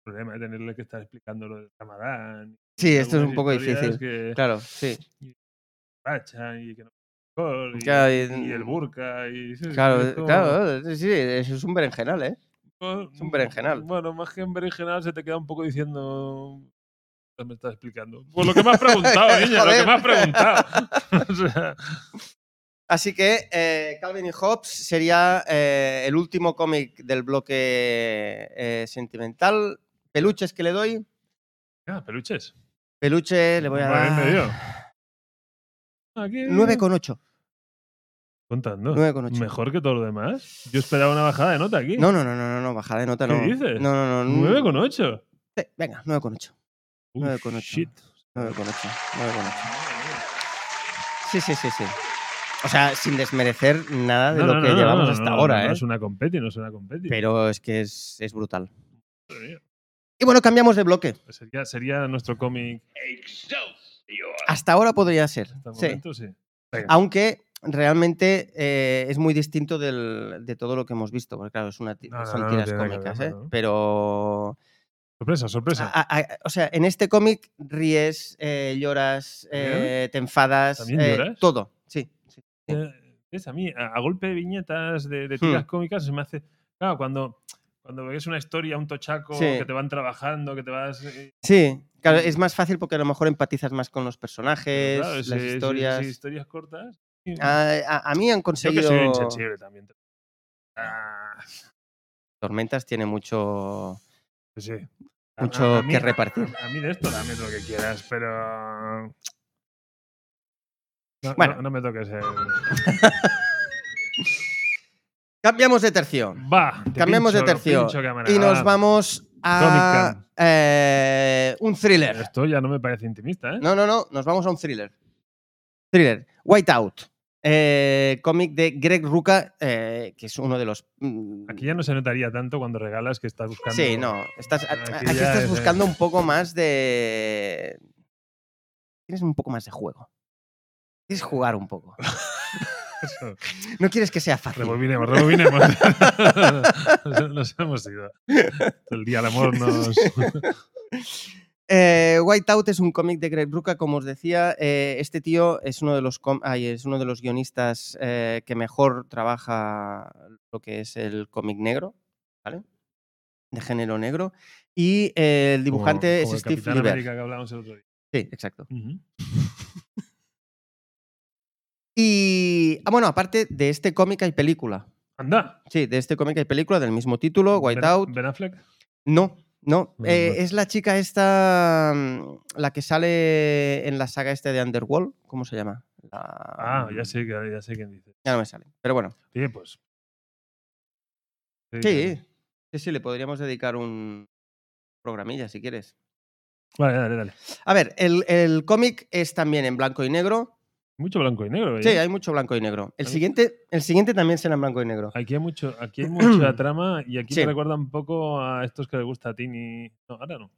[SPEAKER 2] problema de tenerle que estar explicando lo del Ramadán.
[SPEAKER 3] Sí,
[SPEAKER 2] y
[SPEAKER 3] esto es
[SPEAKER 2] algunas
[SPEAKER 3] un poco
[SPEAKER 2] historias
[SPEAKER 3] difícil.
[SPEAKER 2] Que
[SPEAKER 3] Claro, sí.
[SPEAKER 2] pachan y que no. alcohol, Y,
[SPEAKER 3] Claro,
[SPEAKER 2] y el burka. Y, sí, sí,
[SPEAKER 3] Claro, eh,
[SPEAKER 2] esto-
[SPEAKER 3] claro, sí, sí, eso es un berenjenal, ¿eh?
[SPEAKER 2] Bueno,
[SPEAKER 3] Es un berenjenal.
[SPEAKER 2] Bueno, más que un berenjenal se te queda un poco diciendo. "Ya Me estás explicando. Pues lo que me has preguntado, niña, lo que me has preguntado. O sea,
[SPEAKER 3] Así que eh, Calvin y Hobbes sería eh, el último cómic del bloque eh, sentimental. Peluches que le doy.
[SPEAKER 2] ah, peluches.
[SPEAKER 3] Peluche le voy a
[SPEAKER 2] Vale, me dio.
[SPEAKER 3] dar
[SPEAKER 2] Aquí-
[SPEAKER 3] 9,8.
[SPEAKER 2] Contando.
[SPEAKER 3] 9,8.
[SPEAKER 2] Mejor que todo lo demás. Yo esperaba una bajada de nota aquí.
[SPEAKER 3] No, no, no, no, no, no, bajada de nota
[SPEAKER 2] ¿Qué
[SPEAKER 3] no.
[SPEAKER 2] dices?
[SPEAKER 3] No, no, no. n-
[SPEAKER 2] 9,8.
[SPEAKER 3] Sí, Venga, 9,8.
[SPEAKER 2] Uh,
[SPEAKER 3] 9,8.
[SPEAKER 2] Shit.
[SPEAKER 3] 9,8. 9,8. Sí, sí, sí, sí. O sea, sin desmerecer nada de
[SPEAKER 2] No,
[SPEAKER 3] lo
[SPEAKER 2] no,
[SPEAKER 3] que
[SPEAKER 2] no, no,
[SPEAKER 3] llevamos
[SPEAKER 2] no,
[SPEAKER 3] hasta
[SPEAKER 2] no,
[SPEAKER 3] ahora,
[SPEAKER 2] no,
[SPEAKER 3] ¿eh?
[SPEAKER 2] No es una competi, no es una competi.
[SPEAKER 3] Pero es que es, es brutal.
[SPEAKER 2] Madre mía.
[SPEAKER 3] Y bueno, cambiamos de bloque.
[SPEAKER 2] Pues Sería, sería nuestro cómic
[SPEAKER 3] Hasta ahora podría ser.
[SPEAKER 2] hasta el
[SPEAKER 3] Sí.
[SPEAKER 2] momento, sí.
[SPEAKER 3] Aunque realmente eh, es muy distinto del- de todo lo que hemos visto. Porque claro, es una, ti-
[SPEAKER 2] No, no,
[SPEAKER 3] son
[SPEAKER 2] no, no
[SPEAKER 3] tiras
[SPEAKER 2] tiene nada que ver,
[SPEAKER 3] cómicas, ¿eh?
[SPEAKER 2] no, no.
[SPEAKER 3] Pero
[SPEAKER 2] Sorpresa, sorpresa.
[SPEAKER 3] A- a- a- o sea, en este cómic ríes, eh, lloras,
[SPEAKER 2] ¿También?
[SPEAKER 3] eh, te enfadas,
[SPEAKER 2] ¿También
[SPEAKER 3] eh,
[SPEAKER 2] lloras?
[SPEAKER 3] todo. Sí, sí.
[SPEAKER 2] Eh, ¿ves? A mí, a, a golpe de viñetas, de, de tiras
[SPEAKER 3] Hmm.
[SPEAKER 2] cómicas, se me hace. Claro, cuando, Cuando ves una historia, un tochaco,
[SPEAKER 3] Sí.
[SPEAKER 2] que te van trabajando, que te vas... eh,
[SPEAKER 3] Sí, claro, es más fácil porque a lo mejor empatizas más con los personajes,
[SPEAKER 2] claro,
[SPEAKER 3] las
[SPEAKER 2] sí, sí, sí,
[SPEAKER 3] historias. Ah,
[SPEAKER 2] historias cortas.
[SPEAKER 3] A, a- a mí han
[SPEAKER 2] Yo
[SPEAKER 3] conseguido.
[SPEAKER 2] que soy insensible también. Ah,
[SPEAKER 3] Tormentas tiene mucho.
[SPEAKER 2] pues sí. A-
[SPEAKER 3] Mucho
[SPEAKER 2] a mí-
[SPEAKER 3] que repartir.
[SPEAKER 2] A mí de esto dame lo que quieras, pero... No,
[SPEAKER 3] Bueno.
[SPEAKER 2] no, no me toques eh. el...
[SPEAKER 3] Cambiamos de tercio.
[SPEAKER 2] Va, te
[SPEAKER 3] Cambiamos de
[SPEAKER 2] pincho-
[SPEAKER 3] tercio
[SPEAKER 2] pincho cámara, Ah,
[SPEAKER 3] Y
[SPEAKER 2] va.
[SPEAKER 3] nos vamos a
[SPEAKER 2] Cam.
[SPEAKER 3] eh, un thriller.
[SPEAKER 2] Esto ya no me parece intimista, ¿eh?
[SPEAKER 3] No, no, no, nos vamos a un thriller. Thriller. Whiteout. Eh, cómic de Greg Ruca, eh, que es uno de los. mm,
[SPEAKER 2] Aquí ya no se notaría tanto cuando regalas que estás buscando.
[SPEAKER 3] Sí, no. Estás, a-
[SPEAKER 2] Aquí
[SPEAKER 3] a- aquí,
[SPEAKER 2] ya
[SPEAKER 3] estás
[SPEAKER 2] es, eh.
[SPEAKER 3] buscando un poco más de. Tienes un poco más de juego. Quieres jugar un poco.
[SPEAKER 2] Eso.
[SPEAKER 3] No quieres que sea fácil.
[SPEAKER 2] Rebobinemos, rebobinemos. Nos- nos hemos ido. El día del amor nos.
[SPEAKER 3] Eh, Whiteout es un cómic de Greg Rucka, como os decía. Eh, este tío es uno de los, com- ay, es uno de los guionistas eh, que mejor trabaja lo que es el cómic negro, ¿vale? De género negro. Y eh, el dibujante
[SPEAKER 2] como- como el
[SPEAKER 3] es Steve
[SPEAKER 2] Capitán
[SPEAKER 3] Lieber.
[SPEAKER 2] América que hablábamos el otro día.
[SPEAKER 3] Sí, exacto.
[SPEAKER 2] Ujú.
[SPEAKER 3] Y, ah, bueno, aparte de este cómic hay película.
[SPEAKER 2] Anda.
[SPEAKER 3] Sí, de este cómic hay película del mismo título, Whiteout.
[SPEAKER 2] Ben, Ben Affleck.
[SPEAKER 3] No, no.
[SPEAKER 2] Mm,
[SPEAKER 3] eh,
[SPEAKER 2] no.
[SPEAKER 3] es la chica esta, mm, la que sale en la saga este de Underworld. ¿Cómo se llama? La-
[SPEAKER 2] Ah, ya sé, que- ya sé quién dice.
[SPEAKER 3] Ya no me sale. Pero bueno.
[SPEAKER 2] Oye, pues.
[SPEAKER 3] Sí, sí, sí, le podríamos dedicar un programilla si quieres.
[SPEAKER 2] Vale, dale, dale.
[SPEAKER 3] A ver, el, el cómic es también en blanco y negro.
[SPEAKER 2] Mucho blanco y negro. ¿eh?
[SPEAKER 3] Sí, hay mucho blanco y negro. El
[SPEAKER 2] A mí-
[SPEAKER 3] siguiente, el siguiente también será en blanco y negro.
[SPEAKER 2] Aquí hay, mucho, aquí hay mucha trama y aquí
[SPEAKER 3] Sí.
[SPEAKER 2] me recuerda un poco a estos que le gusta a Tini. No, ahora no.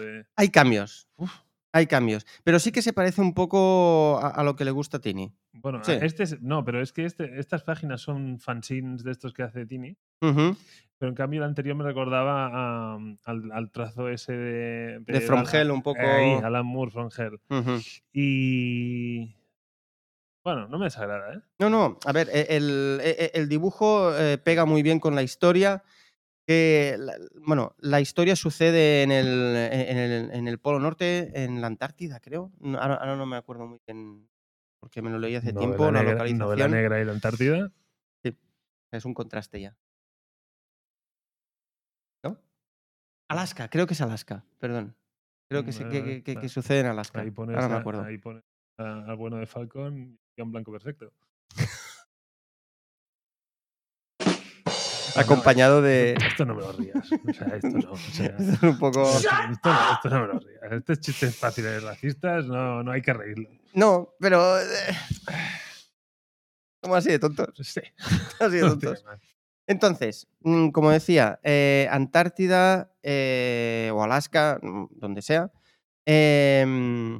[SPEAKER 2] Eh,
[SPEAKER 3] Hay cambios.
[SPEAKER 2] Uf.
[SPEAKER 3] Hay cambios. Pero sí que se parece un poco a, a lo que le gusta a Tini.
[SPEAKER 2] bueno,
[SPEAKER 3] Sí.
[SPEAKER 2] este es- no, pero es que este- estas páginas son fanzines de estos que hace Tini.
[SPEAKER 3] Ujú,
[SPEAKER 2] Pero en cambio el anterior me recordaba a, um, al, al trazo ese de...
[SPEAKER 3] De From Hell un poco.
[SPEAKER 2] Ahí, Alan Moore, From Hell.
[SPEAKER 3] ujú.
[SPEAKER 2] Y... Bueno, no me desagrada, ¿eh?
[SPEAKER 3] No, no, a ver, e- el, e- e- el dibujo eh, pega muy bien con la historia. que la- bueno, la historia sucede en el, en, el, en el Polo Norte, en la Antártida, creo. No, ahora, ahora no me acuerdo muy bien, porque me lo leí hace tiempo,
[SPEAKER 2] Novela
[SPEAKER 3] la
[SPEAKER 2] negra- Novela
[SPEAKER 3] localización.
[SPEAKER 2] negra y la Antártida.
[SPEAKER 3] Es un contraste ya. ¿No? Alaska, creo que es Alaska, perdón. Creo que, sí-
[SPEAKER 2] Vale,
[SPEAKER 3] que,
[SPEAKER 2] vale,
[SPEAKER 3] que- que- que
[SPEAKER 2] vale.
[SPEAKER 3] sucede en Alaska.
[SPEAKER 2] Ahí pones,
[SPEAKER 3] Ah, Ahora me
[SPEAKER 2] a-
[SPEAKER 3] acuerdo.
[SPEAKER 2] ahí pones a- al bueno de Falcon y a un blanco perfecto. Ah, no,
[SPEAKER 3] Acompañado de.
[SPEAKER 2] Esto no me lo rías. O sea, esto no. o sea, esto,
[SPEAKER 3] un poco.
[SPEAKER 2] esto no esto no me lo Este rías. Estos chistes fáciles ¿eh? racistas no, no hay que reírlo.
[SPEAKER 3] No, pero. eh, ¿Cómo así de tontos?
[SPEAKER 2] Sí.
[SPEAKER 3] Así de
[SPEAKER 2] no tiene
[SPEAKER 3] tontos.
[SPEAKER 2] más.
[SPEAKER 3] Entonces, mm, como decía, eh, Antártida eh, o Alaska, mm, donde sea, em,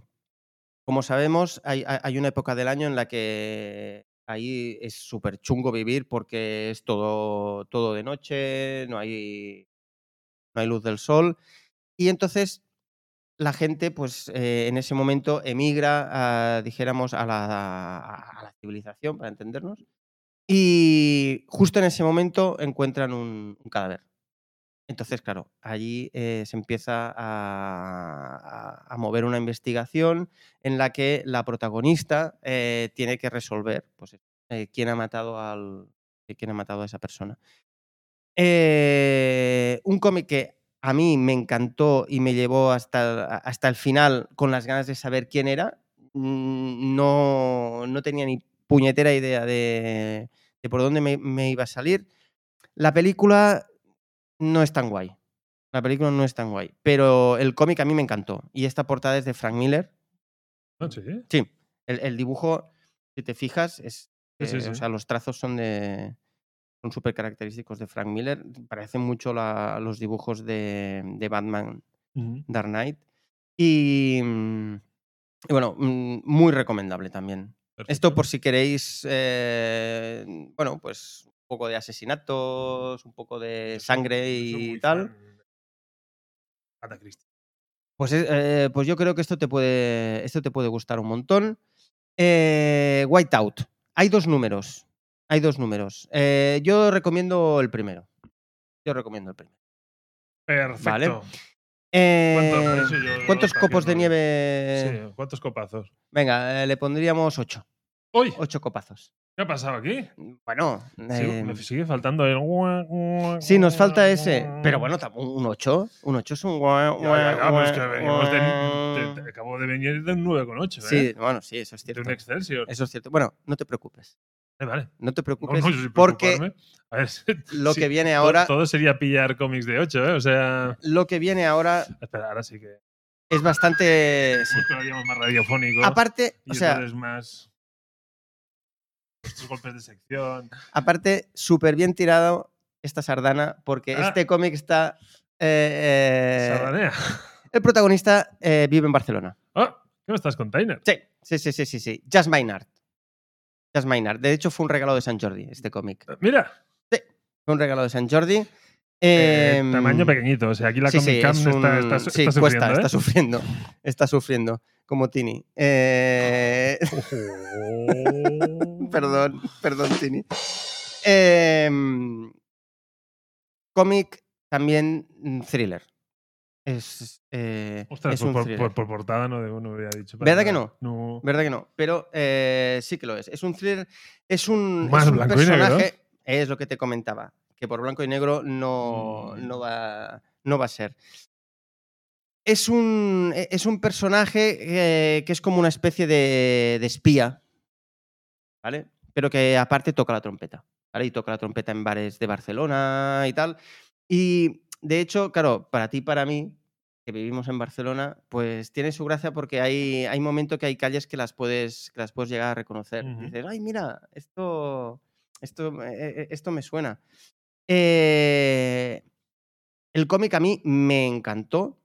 [SPEAKER 3] como sabemos, hay, hay- hay una época del año en la que ahí es súper chungo vivir porque es todo, todo de noche, no hay, no hay luz del sol. Y entonces la gente, pues eh, en ese momento, emigra, a, dijéramos, a la, a- a la civilización, para entendernos. Y justo en ese momento encuentran un, un cadáver. Entonces, claro, allí eh, se empieza a, a- a mover una investigación en la que la protagonista eh, tiene que resolver pues, eh, quién ha matado al. eh, quién ha matado a esa persona. Eh, un cómic que a mí me encantó y me llevó hasta, hasta el final con las ganas de saber quién era. Mm, No, no tenía ni puñetera idea de, de por dónde me, me iba a salir. La película no es tan guay. La película no es tan guay. Pero el cómic a mí me encantó. Y esta portada es de Frank Miller.
[SPEAKER 2] Ah, sí, ¿eh?
[SPEAKER 3] Sí, el, el dibujo, si te fijas, es.
[SPEAKER 2] Sí, sí,
[SPEAKER 3] eh,
[SPEAKER 2] sí.
[SPEAKER 3] O sea, los trazos son de. Son súper característicos de Frank Miller. Parecen mucho la- los dibujos de, de Batman
[SPEAKER 2] Ujú.
[SPEAKER 3] Dark Knight. Y, mm, y bueno, mm, muy recomendable también. Esto
[SPEAKER 2] Perfecto.
[SPEAKER 3] por si queréis, eh, bueno, pues un poco de asesinatos, un poco de sangre y tal. Pues, es- eh, pues yo creo que esto te puede, esto te puede gustar un montón. Eh, Whiteout. Hay dos números. Hay dos números. Eh, yo recomiendo el primero. Yo recomiendo el primero.
[SPEAKER 2] Perfecto.
[SPEAKER 3] Vale.
[SPEAKER 2] ¿Cuánto?
[SPEAKER 3] Eh,
[SPEAKER 2] Por eso yo-
[SPEAKER 3] ¿Cuántos
[SPEAKER 2] para
[SPEAKER 3] copos
[SPEAKER 2] que
[SPEAKER 3] de
[SPEAKER 2] no- Sí,
[SPEAKER 3] nieve?
[SPEAKER 2] ¿cuántos copazos?
[SPEAKER 3] Venga, eh, le pondríamos ocho.
[SPEAKER 2] ¡Uy!
[SPEAKER 3] Ocho copazos.
[SPEAKER 2] ¿Qué ha pasado aquí?
[SPEAKER 3] Bueno,
[SPEAKER 2] Sigo-
[SPEAKER 3] eh,
[SPEAKER 2] me sigue faltando el. gua, gua,
[SPEAKER 3] sí, nos
[SPEAKER 2] gua,
[SPEAKER 3] falta ese.
[SPEAKER 2] gua.
[SPEAKER 3] Pero bueno, tam- un 8. Un 8 es un. guau,
[SPEAKER 2] Ya, ya, ya,
[SPEAKER 3] guau,
[SPEAKER 2] pero es que venimos
[SPEAKER 3] guau.
[SPEAKER 2] de, de- de- acabo de venir de un 9,8.
[SPEAKER 3] Sí,
[SPEAKER 2] ¿eh?
[SPEAKER 3] bueno, sí, eso es
[SPEAKER 2] De
[SPEAKER 3] cierto.
[SPEAKER 2] un Excelsior.
[SPEAKER 3] Eso es cierto. Bueno, no te preocupes.
[SPEAKER 2] Eh, vale.
[SPEAKER 3] No te
[SPEAKER 2] No,
[SPEAKER 3] preocupes
[SPEAKER 2] no, yo pues, sin
[SPEAKER 3] porque
[SPEAKER 2] preocuparme. A ver,
[SPEAKER 3] lo
[SPEAKER 2] sí,
[SPEAKER 3] que viene
[SPEAKER 2] to-
[SPEAKER 3] ahora.
[SPEAKER 2] Todo sería pillar cómics de 8, ¿eh? O sea.
[SPEAKER 3] Lo que viene ahora
[SPEAKER 2] Espera, ahora sí que.
[SPEAKER 3] es bastante. sí.
[SPEAKER 2] Busco lo haríamos más radiofónico.
[SPEAKER 3] Aparte,
[SPEAKER 2] y
[SPEAKER 3] o sea,
[SPEAKER 2] entonces más. Estos golpes de sección.
[SPEAKER 3] aparte, súper bien tirado esta sardana, porque
[SPEAKER 2] Ah.
[SPEAKER 3] este cómic está. eh, eh,
[SPEAKER 2] Sardanea.
[SPEAKER 3] el protagonista eh, vive en Barcelona.
[SPEAKER 2] Ah, ¿Qué me estás, container?
[SPEAKER 3] Sí, sí, sí, sí, sí, sí. Just Maynard. Just Maynard. De hecho, fue un regalo de San Jordi, este cómic.
[SPEAKER 2] Mira,
[SPEAKER 3] Fue un regalo de San Jordi.
[SPEAKER 2] eh,
[SPEAKER 3] Em,
[SPEAKER 2] tamaño pequeñito. O sea, aquí la
[SPEAKER 3] sí,
[SPEAKER 2] Comic
[SPEAKER 3] sí,
[SPEAKER 2] Cam
[SPEAKER 3] es
[SPEAKER 2] está,
[SPEAKER 3] un-
[SPEAKER 2] está,
[SPEAKER 3] sí,
[SPEAKER 2] está sufriendo, ¿eh?
[SPEAKER 3] cuesta, está sufriendo. Está sufriendo, como Tini. Eh,
[SPEAKER 2] ¿eh? Ojo.
[SPEAKER 3] perdón, perdón, Tini. Em, cómic también mm, thriller. Es, eh,
[SPEAKER 2] Ostras,
[SPEAKER 3] es
[SPEAKER 2] por,
[SPEAKER 3] un
[SPEAKER 2] por-
[SPEAKER 3] thriller.
[SPEAKER 2] por- por portada no, debo, no hubiera dicho. para
[SPEAKER 3] ¿Verdad que
[SPEAKER 2] nada. No.
[SPEAKER 3] Verdad que no, pero eh, sí que lo es. Es un thriller, es un,
[SPEAKER 2] Más
[SPEAKER 3] es un
[SPEAKER 2] blanco y negro.
[SPEAKER 3] es lo que te comentaba, que por blanco y negro no,
[SPEAKER 2] Mm.
[SPEAKER 3] no, va, no va a ser. Es un, e- es un personaje eh, que es como una especie de, de espía, ¿vale? Pero que aparte toca la trompeta, ¿vale? Y toca la trompeta en bares de Barcelona y tal. Y de hecho, claro, para ti, para mí, que vivimos en Barcelona, pues tiene su gracia porque hay, hay momentos que hay calles que las puedes, que las puedes llegar a reconocer.
[SPEAKER 2] Ujú.
[SPEAKER 3] Dices, ay, mira, esto, esto, eh, eh, esto me suena. Eh, el cómic a mí me encantó.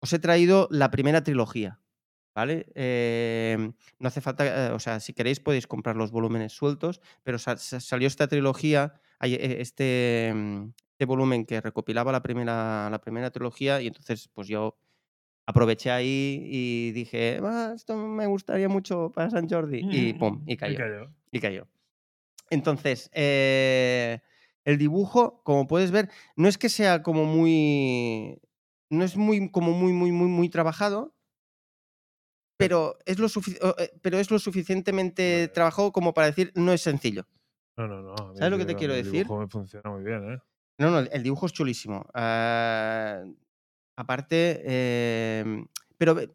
[SPEAKER 3] Os he traído la primera trilogía, ¿vale? Eh, no hace falta, eh, o sea, si queréis podéis comprar los volúmenes sueltos, pero sa- sa- salió esta trilogía, ay, eh, este, mm, este volumen que recopilaba la primera, la primera trilogía y entonces pues yo aproveché ahí y dije, "Ah, esto me gustaría mucho para San Jordi y
[SPEAKER 2] Mm,
[SPEAKER 3] pum, y
[SPEAKER 2] ahí
[SPEAKER 3] cayó. Y cayó. Entonces, eh, el dibujo, como puedes ver, no es que sea como muy. No es muy, como muy, muy, muy, muy trabajado. Pero es, lo sufici- o, eh, pero es lo suficientemente
[SPEAKER 2] Vale.
[SPEAKER 3] trabajado como para decir no es sencillo.
[SPEAKER 2] No, no, no. a mí
[SPEAKER 3] ¿Sabes lo
[SPEAKER 2] el
[SPEAKER 3] que te
[SPEAKER 2] dibujo-
[SPEAKER 3] quiero
[SPEAKER 2] el
[SPEAKER 3] decir?
[SPEAKER 2] dibujo me funciona muy bien, ¿eh?
[SPEAKER 3] No, no, el dibujo es chulísimo. Ah, aparte, eh, pero ve-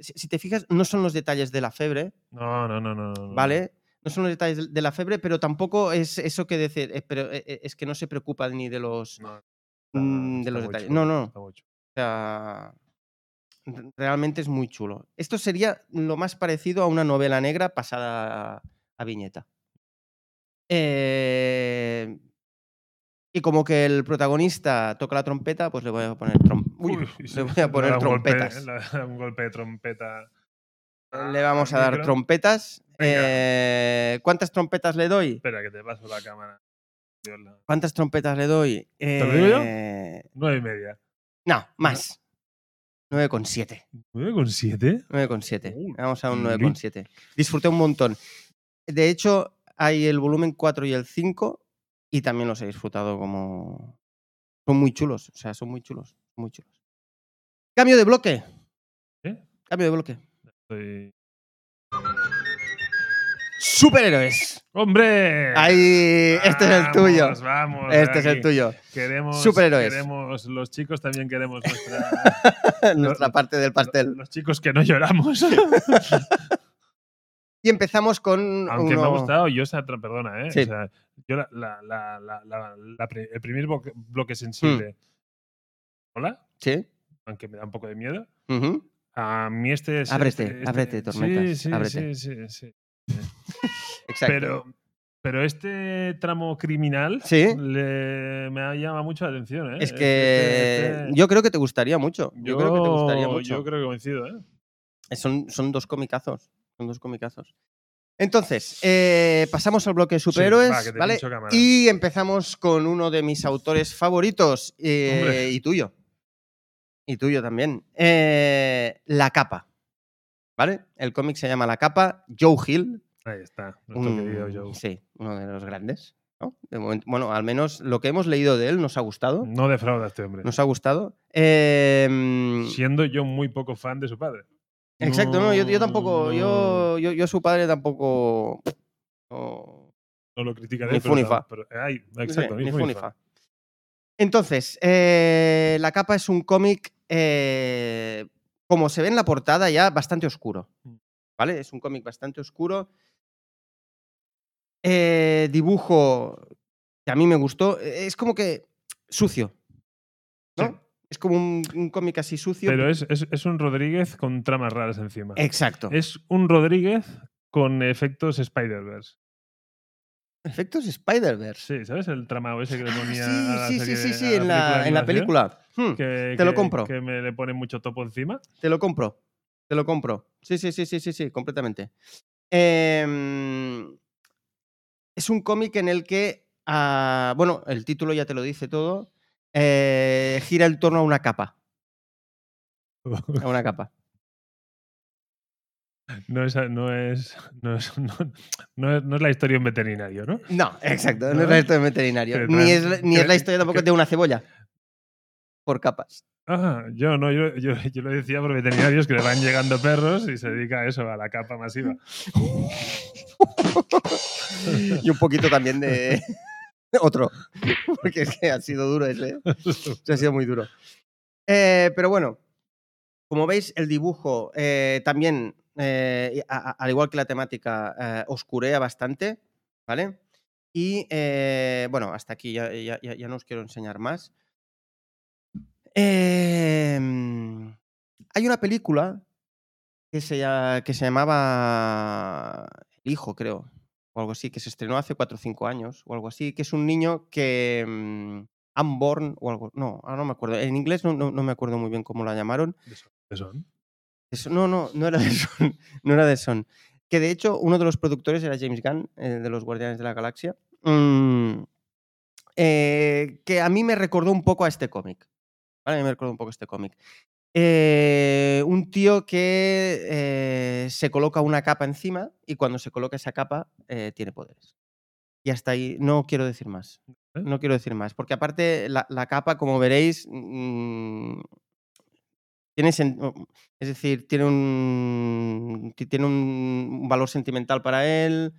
[SPEAKER 3] si si te fijas, no son los detalles de la febre,
[SPEAKER 2] No, no, no, no. no, no.
[SPEAKER 3] ¿vale? No son los detalles de- de la febre, pero tampoco es eso que decir, eh, pero eh, eh, es que no se preocupa ni de los,
[SPEAKER 2] No,
[SPEAKER 3] mm, de
[SPEAKER 2] está
[SPEAKER 3] los
[SPEAKER 2] muy
[SPEAKER 3] detalles.
[SPEAKER 2] chulo,
[SPEAKER 3] No, no, o
[SPEAKER 2] está muy chulo.
[SPEAKER 3] sea, re- realmente es muy chulo. Esto sería lo más parecido a una novela negra pasada a- a viñeta. Eh, y como que el protagonista toca la trompeta, pues le voy a poner trom- uy,
[SPEAKER 2] Uy,
[SPEAKER 3] le
[SPEAKER 2] sí,
[SPEAKER 3] voy a poner
[SPEAKER 2] dar un golpe- ¿eh?
[SPEAKER 3] trompetas.
[SPEAKER 2] le da un golpe de trompeta.
[SPEAKER 3] Le vamos a
[SPEAKER 2] al
[SPEAKER 3] dar
[SPEAKER 2] micro.
[SPEAKER 3] trompetas.
[SPEAKER 2] Venga.
[SPEAKER 3] Eh, ¿Cuántas trompetas le doy?
[SPEAKER 2] Espera, que te paso la cámara. Dios, la-
[SPEAKER 3] ¿Cuántas trompetas le doy?
[SPEAKER 2] lo digo yo?
[SPEAKER 3] Eh,
[SPEAKER 2] Nueve y media.
[SPEAKER 3] No, más. 9,7.
[SPEAKER 2] ¿Nueve con siete?
[SPEAKER 3] 9,7.
[SPEAKER 2] Uy,
[SPEAKER 3] Vamos a un
[SPEAKER 2] Luis.
[SPEAKER 3] 9,7. Disfruté un montón. De hecho, hay el volumen 4 y el 5 y también los he disfrutado como... Son muy chulos, o sea, son muy chulos, muy chulos. Cambio de bloque.
[SPEAKER 2] ¿Eh?
[SPEAKER 3] Cambio de bloque.
[SPEAKER 2] Estoy-
[SPEAKER 3] Superhéroes.
[SPEAKER 2] ¡Hombre!
[SPEAKER 3] Ahí, este es el tuyo.
[SPEAKER 2] Vamos, vamos,
[SPEAKER 3] Este es el
[SPEAKER 2] aquí.
[SPEAKER 3] tuyo.
[SPEAKER 2] Queremos,
[SPEAKER 3] Superhéroes.
[SPEAKER 2] queremos- los chicos también queremos nuestra,
[SPEAKER 3] Nuestra
[SPEAKER 2] lo-
[SPEAKER 3] parte del pastel.
[SPEAKER 2] Los chicos que no lloramos.
[SPEAKER 3] Y empezamos con
[SPEAKER 2] Aunque me ha
[SPEAKER 3] uno-
[SPEAKER 2] gustado, yo esa tra- perdona, ¿eh?
[SPEAKER 3] Sí.
[SPEAKER 2] O sea, yo la, la- la- la- la- la pri- el primer bloque, bloque sensible.
[SPEAKER 3] Hmm.
[SPEAKER 2] Hola,
[SPEAKER 3] Sí.
[SPEAKER 2] aunque me da un poco de miedo.
[SPEAKER 3] ujú.
[SPEAKER 2] A mí este es.
[SPEAKER 3] Ábrete,
[SPEAKER 2] este-
[SPEAKER 3] ábrete, Tormentas,
[SPEAKER 2] Sí, sí,
[SPEAKER 3] ábrete.
[SPEAKER 2] sí, sí, sí.
[SPEAKER 3] Exacto.
[SPEAKER 2] Pero, pero este tramo criminal
[SPEAKER 3] Sí.
[SPEAKER 2] le- me ha llamado mucho la atención, ¿eh?
[SPEAKER 3] es
[SPEAKER 2] Este-
[SPEAKER 3] que
[SPEAKER 2] este-
[SPEAKER 3] yo creo que te gustaría mucho. Yo, creo que te gustaría
[SPEAKER 2] yo
[SPEAKER 3] mucho.
[SPEAKER 2] creo que coincido, ¿eh?
[SPEAKER 3] Eh, Son, son dos comicazos. Son dos comicazos. Entonces, eh, pasamos al bloque de superhéroes,
[SPEAKER 2] va, que te
[SPEAKER 3] ¿vale?
[SPEAKER 2] pincho cámara.
[SPEAKER 3] Y empezamos con uno de mis autores favoritos eh,
[SPEAKER 2] Hombre.
[SPEAKER 3] y tuyo. Y tuyo también. Eh, La capa. ¿Vale? El cómic se llama La capa. Joe Hill.
[SPEAKER 2] Ahí está. nuestro
[SPEAKER 3] un-
[SPEAKER 2] querido Joe.
[SPEAKER 3] sí, uno de los grandes. ¿no? De momento- bueno, al menos lo que hemos leído de él nos ha gustado.
[SPEAKER 2] No defrauda a este hombre.
[SPEAKER 3] Nos ha gustado. Eh,
[SPEAKER 2] Siendo yo muy poco fan de su padre.
[SPEAKER 3] exacto, no, yo, yo
[SPEAKER 2] no,
[SPEAKER 3] tampoco. Yo, yo, yo a su padre tampoco. no-
[SPEAKER 2] No lo criticaré.
[SPEAKER 3] Ni
[SPEAKER 2] pero
[SPEAKER 3] funifa.
[SPEAKER 2] tam- pero- eh, ay,
[SPEAKER 3] no sé,
[SPEAKER 2] exacto, ni
[SPEAKER 3] ni fu
[SPEAKER 2] funifa.
[SPEAKER 3] ni fa. Entonces, eh, la capa es un cómic, eh, como se ve en la portada, ya bastante oscuro.
[SPEAKER 2] Mm.
[SPEAKER 3] ¿Vale? Es un cómic bastante oscuro. Eh, dibujo que a mí me gustó. eh, Es como que sucio. ¿No?
[SPEAKER 2] Sí.
[SPEAKER 3] Es como un, un cómic así sucio.
[SPEAKER 2] Pero es, es- es un Rodríguez con tramas raras encima.
[SPEAKER 3] Exacto.
[SPEAKER 2] Es un Rodríguez con efectos Spider-Verse.
[SPEAKER 3] Efectos Spider-Verse.
[SPEAKER 2] Sí, ¿sabes? El tramado ese que le
[SPEAKER 3] Ah,
[SPEAKER 2] ponía. a la
[SPEAKER 3] sí, sí,
[SPEAKER 2] serie-
[SPEAKER 3] sí, sí,
[SPEAKER 2] a
[SPEAKER 3] sí, en la, en
[SPEAKER 2] de
[SPEAKER 3] la
[SPEAKER 2] animación,
[SPEAKER 3] película. Hmm,
[SPEAKER 2] que-
[SPEAKER 3] Te lo
[SPEAKER 2] que-
[SPEAKER 3] compro.
[SPEAKER 2] Que me le pone mucho topo encima.
[SPEAKER 3] Te lo compro. Te lo compro. Sí, sí, sí, sí, sí, sí, completamente. Em, es un cómic en el que, ah, bueno, el título ya te lo dice todo, eh, gira el torno a una capa. A una capa.
[SPEAKER 2] No es, no es, no es, no, no es, no es la historia de un veterinario, ¿no?
[SPEAKER 3] No, exacto, no
[SPEAKER 2] ¿No?
[SPEAKER 3] es la historia de veterinario.
[SPEAKER 2] Que
[SPEAKER 3] Ni
[SPEAKER 2] tra-
[SPEAKER 3] es, la- ni es la
[SPEAKER 2] que-
[SPEAKER 3] historia tampoco
[SPEAKER 2] que-
[SPEAKER 3] de una cebolla. Por capas.
[SPEAKER 2] Ah, yo no, yo, yo, yo lo decía por veterinarios que le van llegando perros y se dedica a eso, a la capa masiva.
[SPEAKER 3] Y un poquito también de otro. Porque es que ha sido duro ese. ¿eh? Sí, ha sido muy duro. Eh, pero bueno, como veis, el dibujo eh, también, eh, y a- a- al igual que la temática, eh, oscurea bastante, ¿vale? Y eh, bueno, hasta aquí ya, ya- ya- ya no os quiero enseñar más. Eh, mm, hay una película que se, lla- que se llamaba El hijo, creo, o algo así, que se estrenó hace 4 o 5 años, o algo así, que es un niño que... mm, Unborn o algo. No, ahora no me acuerdo. En inglés no, no- no me acuerdo muy bien cómo la llamaron.
[SPEAKER 2] ¿Qué son?
[SPEAKER 3] Eso- no, no, no era de Son. No era de Son. Que de hecho, uno de los productores era James Gunn, eh, de los Guardianes de la Galaxia. Mm, eh, que a mí me recordó un poco a este cómic. ¿Vale? Me recordó un poco a este cómic. Eh, un tío que eh, se coloca una capa encima y cuando se coloca esa capa eh, tiene poderes. Y hasta ahí no quiero decir más.
[SPEAKER 2] ¿Eh?
[SPEAKER 3] No quiero decir más. Porque aparte la, la capa, como veréis, mm, tiene, sen- o- es decir, tiene un, ti- tiene un valor sentimental para él.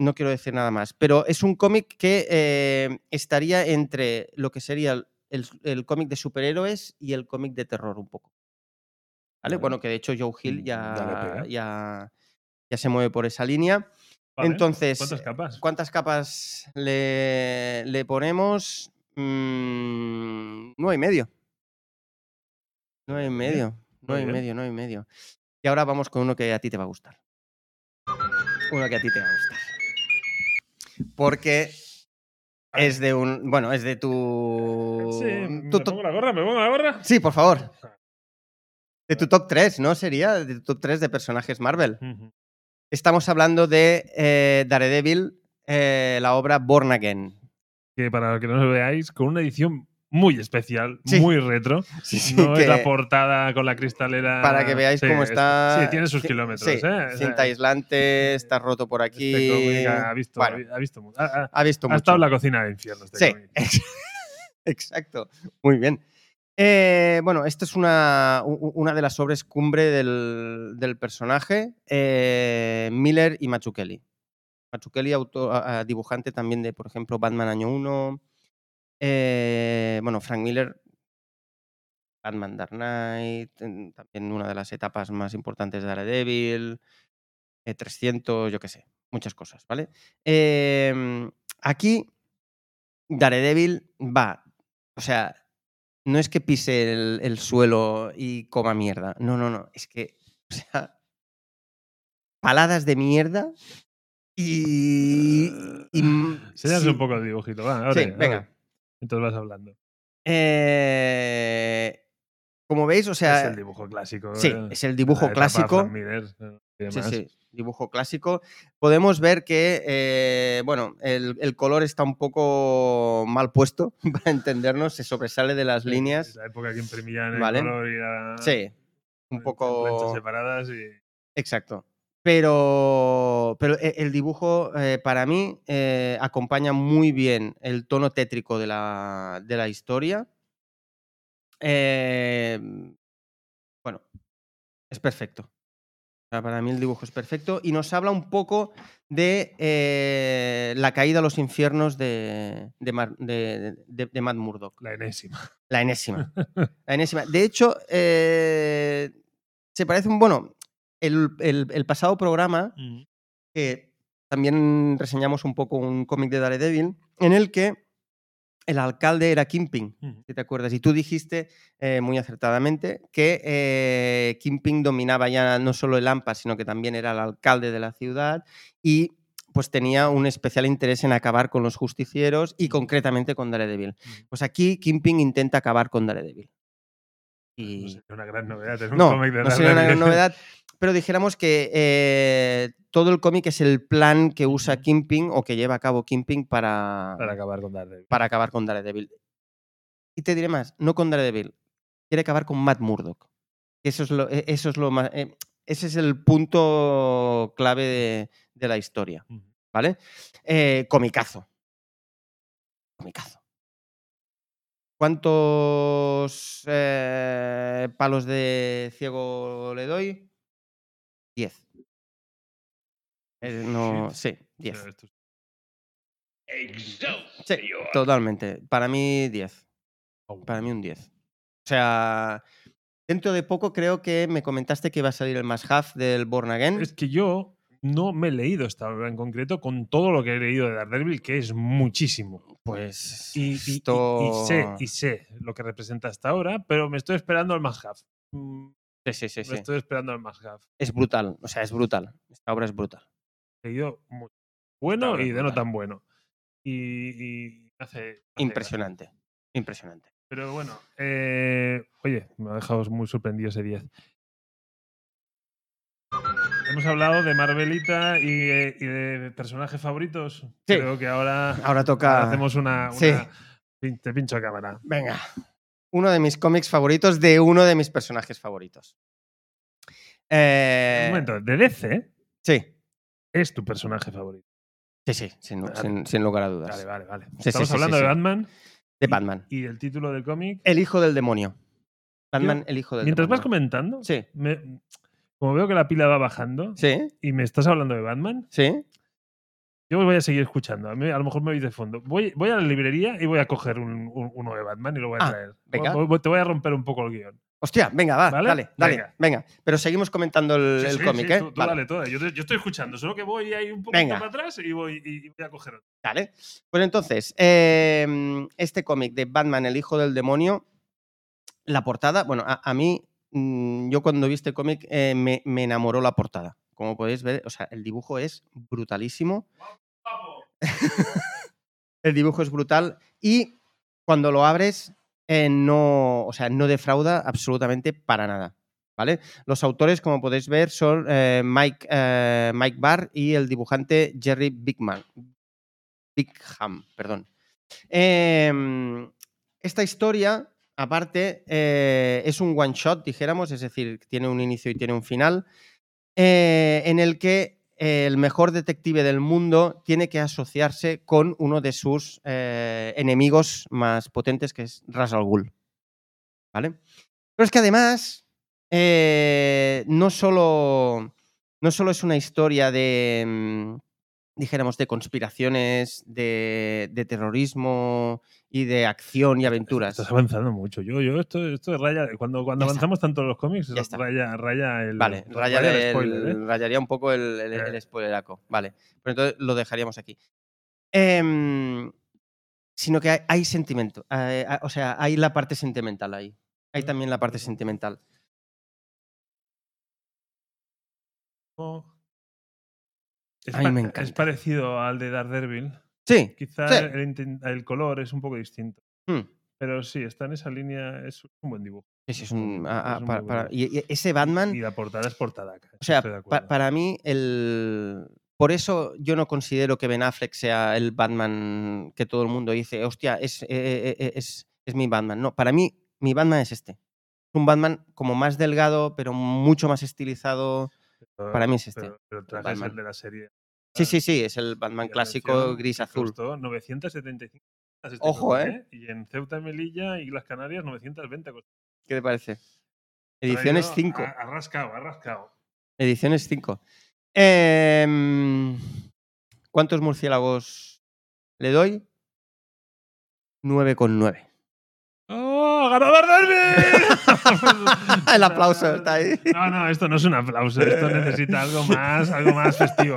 [SPEAKER 3] No quiero decir nada más. Pero es un cómic que eh, estaría entre lo que sería el, el- el cómic de superhéroes y el cómic de terror un poco.
[SPEAKER 2] Vale.
[SPEAKER 3] ¿Vale? Bueno, que de hecho Joe Hill
[SPEAKER 2] Mm, dale
[SPEAKER 3] ya,
[SPEAKER 2] pega.
[SPEAKER 3] ya, ya se mueve por esa línea.
[SPEAKER 2] Vale,
[SPEAKER 3] Entonces, eh,
[SPEAKER 2] ¿Cuántas capas?
[SPEAKER 3] ¿Cuántas capas le, le ponemos? Mm, nueve y medio. Nueve y
[SPEAKER 2] Bien,
[SPEAKER 3] medio. Nueve y
[SPEAKER 2] bien.
[SPEAKER 3] medio, nueve y medio. Y ahora vamos con uno que a ti te va a gustar. Uno que a ti te va a gustar. Porque es de un. Bueno, es de tu.
[SPEAKER 2] Sí, me
[SPEAKER 3] tu top-
[SPEAKER 2] pongo la gorra, me pongo la gorra.
[SPEAKER 3] sí, por favor. De tu top 3, ¿no? Sería de tu top 3 de personajes Marvel.
[SPEAKER 2] Ujú.
[SPEAKER 3] Estamos hablando de eh, Daredevil, eh, la obra Born Again.
[SPEAKER 2] Que para que no lo veáis, con una edición muy especial,
[SPEAKER 3] Sí.
[SPEAKER 2] muy retro.
[SPEAKER 3] Sí, sí,
[SPEAKER 2] no es la
[SPEAKER 3] que-
[SPEAKER 2] portada con la cristalera.
[SPEAKER 3] para que veáis
[SPEAKER 2] Sí,
[SPEAKER 3] cómo
[SPEAKER 2] es-
[SPEAKER 3] está.
[SPEAKER 2] Sí, tiene sus
[SPEAKER 3] ci-
[SPEAKER 2] kilómetros.
[SPEAKER 3] sí,
[SPEAKER 2] ¿eh? O sea,
[SPEAKER 3] Cinta aislante, está roto por aquí.
[SPEAKER 2] este cómic ha visto,
[SPEAKER 3] bueno,
[SPEAKER 2] ha visto mucho. Ha, ha-
[SPEAKER 3] ha visto
[SPEAKER 2] ha
[SPEAKER 3] mucho.
[SPEAKER 2] estado en la cocina del infierno. Este
[SPEAKER 3] Sí,
[SPEAKER 2] cómic.
[SPEAKER 3] ex- exacto. Muy bien. Eh, bueno, esta es una, u- u- una de las obras cumbre del, del personaje, eh, Miller y Mazzucchelli. Mazzucchelli, auto- a- a- dibujante también de, por ejemplo, Batman Año 1. eh, bueno, Frank Miller, Batman Dark Knight, en- también una de las etapas más importantes de Daredevil, eh, 300, yo qué sé, muchas cosas, ¿vale? Em, aquí Daredevil va. O sea, no es que pise el, el suelo y coma mierda. No, no, no. Es que, o sea, paladas de mierda y. y m-
[SPEAKER 2] Enséñanos
[SPEAKER 3] sí,
[SPEAKER 2] un poco ¿eh? el dibujito. Va,
[SPEAKER 3] sí,
[SPEAKER 2] abre,
[SPEAKER 3] venga.
[SPEAKER 2] abre. Entonces vas hablando.
[SPEAKER 3] Eh, como veis, o
[SPEAKER 2] es
[SPEAKER 3] sea.
[SPEAKER 2] el dibujo clásico.
[SPEAKER 3] Sí,
[SPEAKER 2] ¿eh?
[SPEAKER 3] es el
[SPEAKER 2] La
[SPEAKER 3] dibujo
[SPEAKER 2] etapa
[SPEAKER 3] clásico.
[SPEAKER 2] Frank Miller, ¿no? Y
[SPEAKER 3] Sí,
[SPEAKER 2] demás.
[SPEAKER 3] sí, dibujo clásico. Podemos ver que, eh, bueno, el, el color está un poco mal puesto, para entendernos, se sobresale de las
[SPEAKER 2] Sí,
[SPEAKER 3] líneas.
[SPEAKER 2] La época que imprimían el
[SPEAKER 3] Vale.
[SPEAKER 2] color y la-
[SPEAKER 3] Sí, un
[SPEAKER 2] en planchas
[SPEAKER 3] poco...
[SPEAKER 2] separadas y
[SPEAKER 3] Exacto. Pero, pero e- el dibujo eh, para mí eh, acompaña muy bien el tono tétrico de la, de la historia. Eh, bueno, es perfecto. O sea, para mí el dibujo es perfecto y nos habla un poco de eh, la caída a los infiernos de, de, Mar- de- de- de Matt Murdock.
[SPEAKER 2] La enésima.
[SPEAKER 3] La enésima. La enésima. De hecho, eh, se parece un. Bueno, el, el- el pasado programa, que también reseñamos un poco un cómic de Daredevil, en el que el alcalde era Kimping, si te acuerdas. Y tú dijiste eh, muy acertadamente que eh, Kimping dominaba ya no solo el AMPA, sino que también era el alcalde de la ciudad y pues tenía un especial interés en acabar con los justicieros y concretamente con Daredevil. Pues aquí Kimping intenta acabar con Daredevil.
[SPEAKER 2] No
[SPEAKER 3] Y...
[SPEAKER 2] sería una gran novedad. tener un
[SPEAKER 3] Pues No,
[SPEAKER 2] cómic de
[SPEAKER 3] no sería una
[SPEAKER 2] Daredevil.
[SPEAKER 3] gran novedad, pero dijéramos que eh, todo el cómic es el plan que usa Kimping o que lleva a cabo Kimping para,
[SPEAKER 2] Para acabar con Daredevil.
[SPEAKER 3] para acabar con Daredevil. Y te diré más, no con Daredevil, quiere acabar con Matt Murdock. Eso es lo, e- eso es lo más, eh, ese es el punto clave de, de la historia,
[SPEAKER 2] Ujú.
[SPEAKER 3] ¿vale? Eh, comicazo. Comicazo. ¿Cuántos eh, palos de ciego le doy? Diez. Eh, no, sí,
[SPEAKER 2] O sea,
[SPEAKER 3] diez.
[SPEAKER 2] esto es-
[SPEAKER 3] Sí, totalmente. Para mí, 10. Para mí, un 10. O sea, dentro de poco creo que me comentaste que iba a salir el más half del Born Again.
[SPEAKER 2] Es que yo no me he leído esta obra en concreto con todo lo que he leído de Daredevil, que es muchísimo.
[SPEAKER 3] Pues.
[SPEAKER 2] Y, y- y- y
[SPEAKER 3] esto-
[SPEAKER 2] sé, y sé lo que representa hasta ahora, pero me estoy esperando al más half. Mm,
[SPEAKER 3] Sí, sí, sí,
[SPEAKER 2] Me
[SPEAKER 3] sí.
[SPEAKER 2] estoy esperando al más half.
[SPEAKER 3] Es brutal. O sea, es brutal. Esta obra es brutal.
[SPEAKER 2] He leído mucho bueno
[SPEAKER 3] Está
[SPEAKER 2] y de no
[SPEAKER 3] brutal.
[SPEAKER 2] tan bueno. Y, y hace. hace gracia.
[SPEAKER 3] Impresionante. Impresionante.
[SPEAKER 2] Pero bueno, eh, oye, me ha dejado muy sorprendido ese 10. Hemos hablado de Marvelita y, eh, y de personajes favoritos. Creo que ahora,
[SPEAKER 3] Ahora toca.
[SPEAKER 2] hacemos una.
[SPEAKER 3] sí.
[SPEAKER 2] una- pin- Te pincho a cámara.
[SPEAKER 3] Venga. Uno de mis cómics favoritos de uno de mis personajes favoritos. Eh,
[SPEAKER 2] Un momento, de DC
[SPEAKER 3] Sí.
[SPEAKER 2] es tu personaje favorito.
[SPEAKER 3] Sí, sí, sin, lu-
[SPEAKER 2] Vale.
[SPEAKER 3] sin- sin lugar a dudas.
[SPEAKER 2] Vale, vale, vale.
[SPEAKER 3] Pues. sí,
[SPEAKER 2] Estamos
[SPEAKER 3] sí, sí,
[SPEAKER 2] hablando
[SPEAKER 3] sí.
[SPEAKER 2] de Batman
[SPEAKER 3] De Batman.
[SPEAKER 2] y el título del cómic.
[SPEAKER 3] El hijo del demonio. Batman,
[SPEAKER 2] Yo-
[SPEAKER 3] el hijo del
[SPEAKER 2] Mientras vas
[SPEAKER 3] demonio.
[SPEAKER 2] comentando,
[SPEAKER 3] Sí,
[SPEAKER 2] me- como veo que la pila va bajando
[SPEAKER 3] sí,
[SPEAKER 2] y me estás hablando de Batman,
[SPEAKER 3] sí.
[SPEAKER 2] Yo os voy a seguir escuchando. A, mí- a lo mejor me oís de fondo. Voy, voy a la librería y voy a coger un- un- uno de Batman y lo voy a
[SPEAKER 3] Ah,
[SPEAKER 2] traer.
[SPEAKER 3] venga.
[SPEAKER 2] Voy- voy- te voy a romper un poco el guión.
[SPEAKER 3] Hostia, venga, va,
[SPEAKER 2] ¿Vale?
[SPEAKER 3] dale, dale,
[SPEAKER 2] Venga.
[SPEAKER 3] venga. Pero seguimos comentando el,
[SPEAKER 2] Sí,
[SPEAKER 3] el
[SPEAKER 2] sí,
[SPEAKER 3] cómic,
[SPEAKER 2] sí,
[SPEAKER 3] ¿eh?
[SPEAKER 2] tú- tú
[SPEAKER 3] vale,
[SPEAKER 2] dale toda. Yo, te- yo estoy escuchando, solo que voy ahí un poquito
[SPEAKER 3] Venga.
[SPEAKER 2] para atrás y voy, y voy a coger otro.
[SPEAKER 3] dale. Pues entonces, eh, este cómic de Batman, el hijo del demonio, la portada, bueno, a, a mí, mm, yo cuando vi este cómic eh, me, me enamoró la portada. Como podéis ver, o sea, el dibujo es brutalísimo. El dibujo es brutal y cuando lo abres eh, no, o sea, no defrauda absolutamente para nada. ¿Vale? Los autores, como podéis ver, son eh, Mike, eh, Mike Barr y el dibujante Jerry Bigman. Bigham, perdón. Em, esta historia, aparte, eh, es un one shot, dijéramos, es decir, tiene un inicio y tiene un final, eh, en el que eh, el mejor detective del mundo tiene que asociarse con uno de sus eh, enemigos más potentes, que es Ras al Ghul. ¿Vale? Pero es que además, eh, no, solo, no solo es una historia de, mm, dijéramos, de conspiraciones, de, de terrorismo y de acción y aventuras.
[SPEAKER 2] Estás avanzando mucho. Yo, yo, esto, esto raya. Cuando, cuando
[SPEAKER 3] Ya está.
[SPEAKER 2] avanzamos tanto en los cómics,
[SPEAKER 3] Ya está.
[SPEAKER 2] raya, raya el.
[SPEAKER 3] Vale, raya
[SPEAKER 2] raya el
[SPEAKER 3] el-
[SPEAKER 2] spoiler, ¿eh?
[SPEAKER 3] rayaría un poco el, el- el
[SPEAKER 2] Eh.
[SPEAKER 3] spoileraco. Vale, pero entonces lo dejaríamos aquí. Em, sino que hay, hay sentimiento. eh, a- o sea, hay la parte sentimental ahí.
[SPEAKER 2] Mm.
[SPEAKER 3] Hay también la parte sentimental.
[SPEAKER 2] Oh. Es,
[SPEAKER 3] Ay,
[SPEAKER 2] pa-
[SPEAKER 3] me
[SPEAKER 2] es
[SPEAKER 3] encanta.
[SPEAKER 2] parecido al de Daredevil.
[SPEAKER 3] Sí.
[SPEAKER 2] Quizá
[SPEAKER 3] Sí.
[SPEAKER 2] el inten- el color es un poco distinto.
[SPEAKER 3] mm,
[SPEAKER 2] Pero sí, está en esa línea, es un buen dibujo.
[SPEAKER 3] sí, sí, es un-
[SPEAKER 2] Es
[SPEAKER 3] a- a-
[SPEAKER 2] un
[SPEAKER 3] para-
[SPEAKER 2] muy
[SPEAKER 3] para-
[SPEAKER 2] buen
[SPEAKER 3] y, y ese
[SPEAKER 2] Y
[SPEAKER 3] Batman,
[SPEAKER 2] la portada es portada.
[SPEAKER 3] o sea,
[SPEAKER 2] estoy de
[SPEAKER 3] pa-
[SPEAKER 2] acuerdo.
[SPEAKER 3] para mí, el. Por eso yo no considero que Ben Affleck sea el Batman que todo el mundo dice, hostia, es, eh, eh, eh, es, es mi Batman. No, para mí, mi Batman es este. un Batman como más delgado, pero mucho más estilizado. Para mí es este.
[SPEAKER 2] Pero, pero traje es
[SPEAKER 3] Batman.
[SPEAKER 2] el de la serie.
[SPEAKER 3] Sí, sí, sí, es el Batman
[SPEAKER 2] Y
[SPEAKER 3] clásico
[SPEAKER 2] anunció
[SPEAKER 3] gris
[SPEAKER 2] que
[SPEAKER 3] azul.
[SPEAKER 2] Costó 975. este
[SPEAKER 3] Ojo,
[SPEAKER 2] cómic,
[SPEAKER 3] ¿eh?
[SPEAKER 2] Y en Ceuta, Melilla y las Canarias, 920. costó.
[SPEAKER 3] ¿Qué te parece?
[SPEAKER 2] Ha ido-
[SPEAKER 3] Ediciones 5.
[SPEAKER 2] Ha, ha rascado, ha rascado.
[SPEAKER 3] Ediciones 5. ¿Cuántos murciélagos le doy? 9,9.
[SPEAKER 2] ¡Oh, ganador Derby!
[SPEAKER 3] El aplauso está ahí.
[SPEAKER 2] No, no, esto no es un aplauso. Esto necesita algo más, algo más festivo.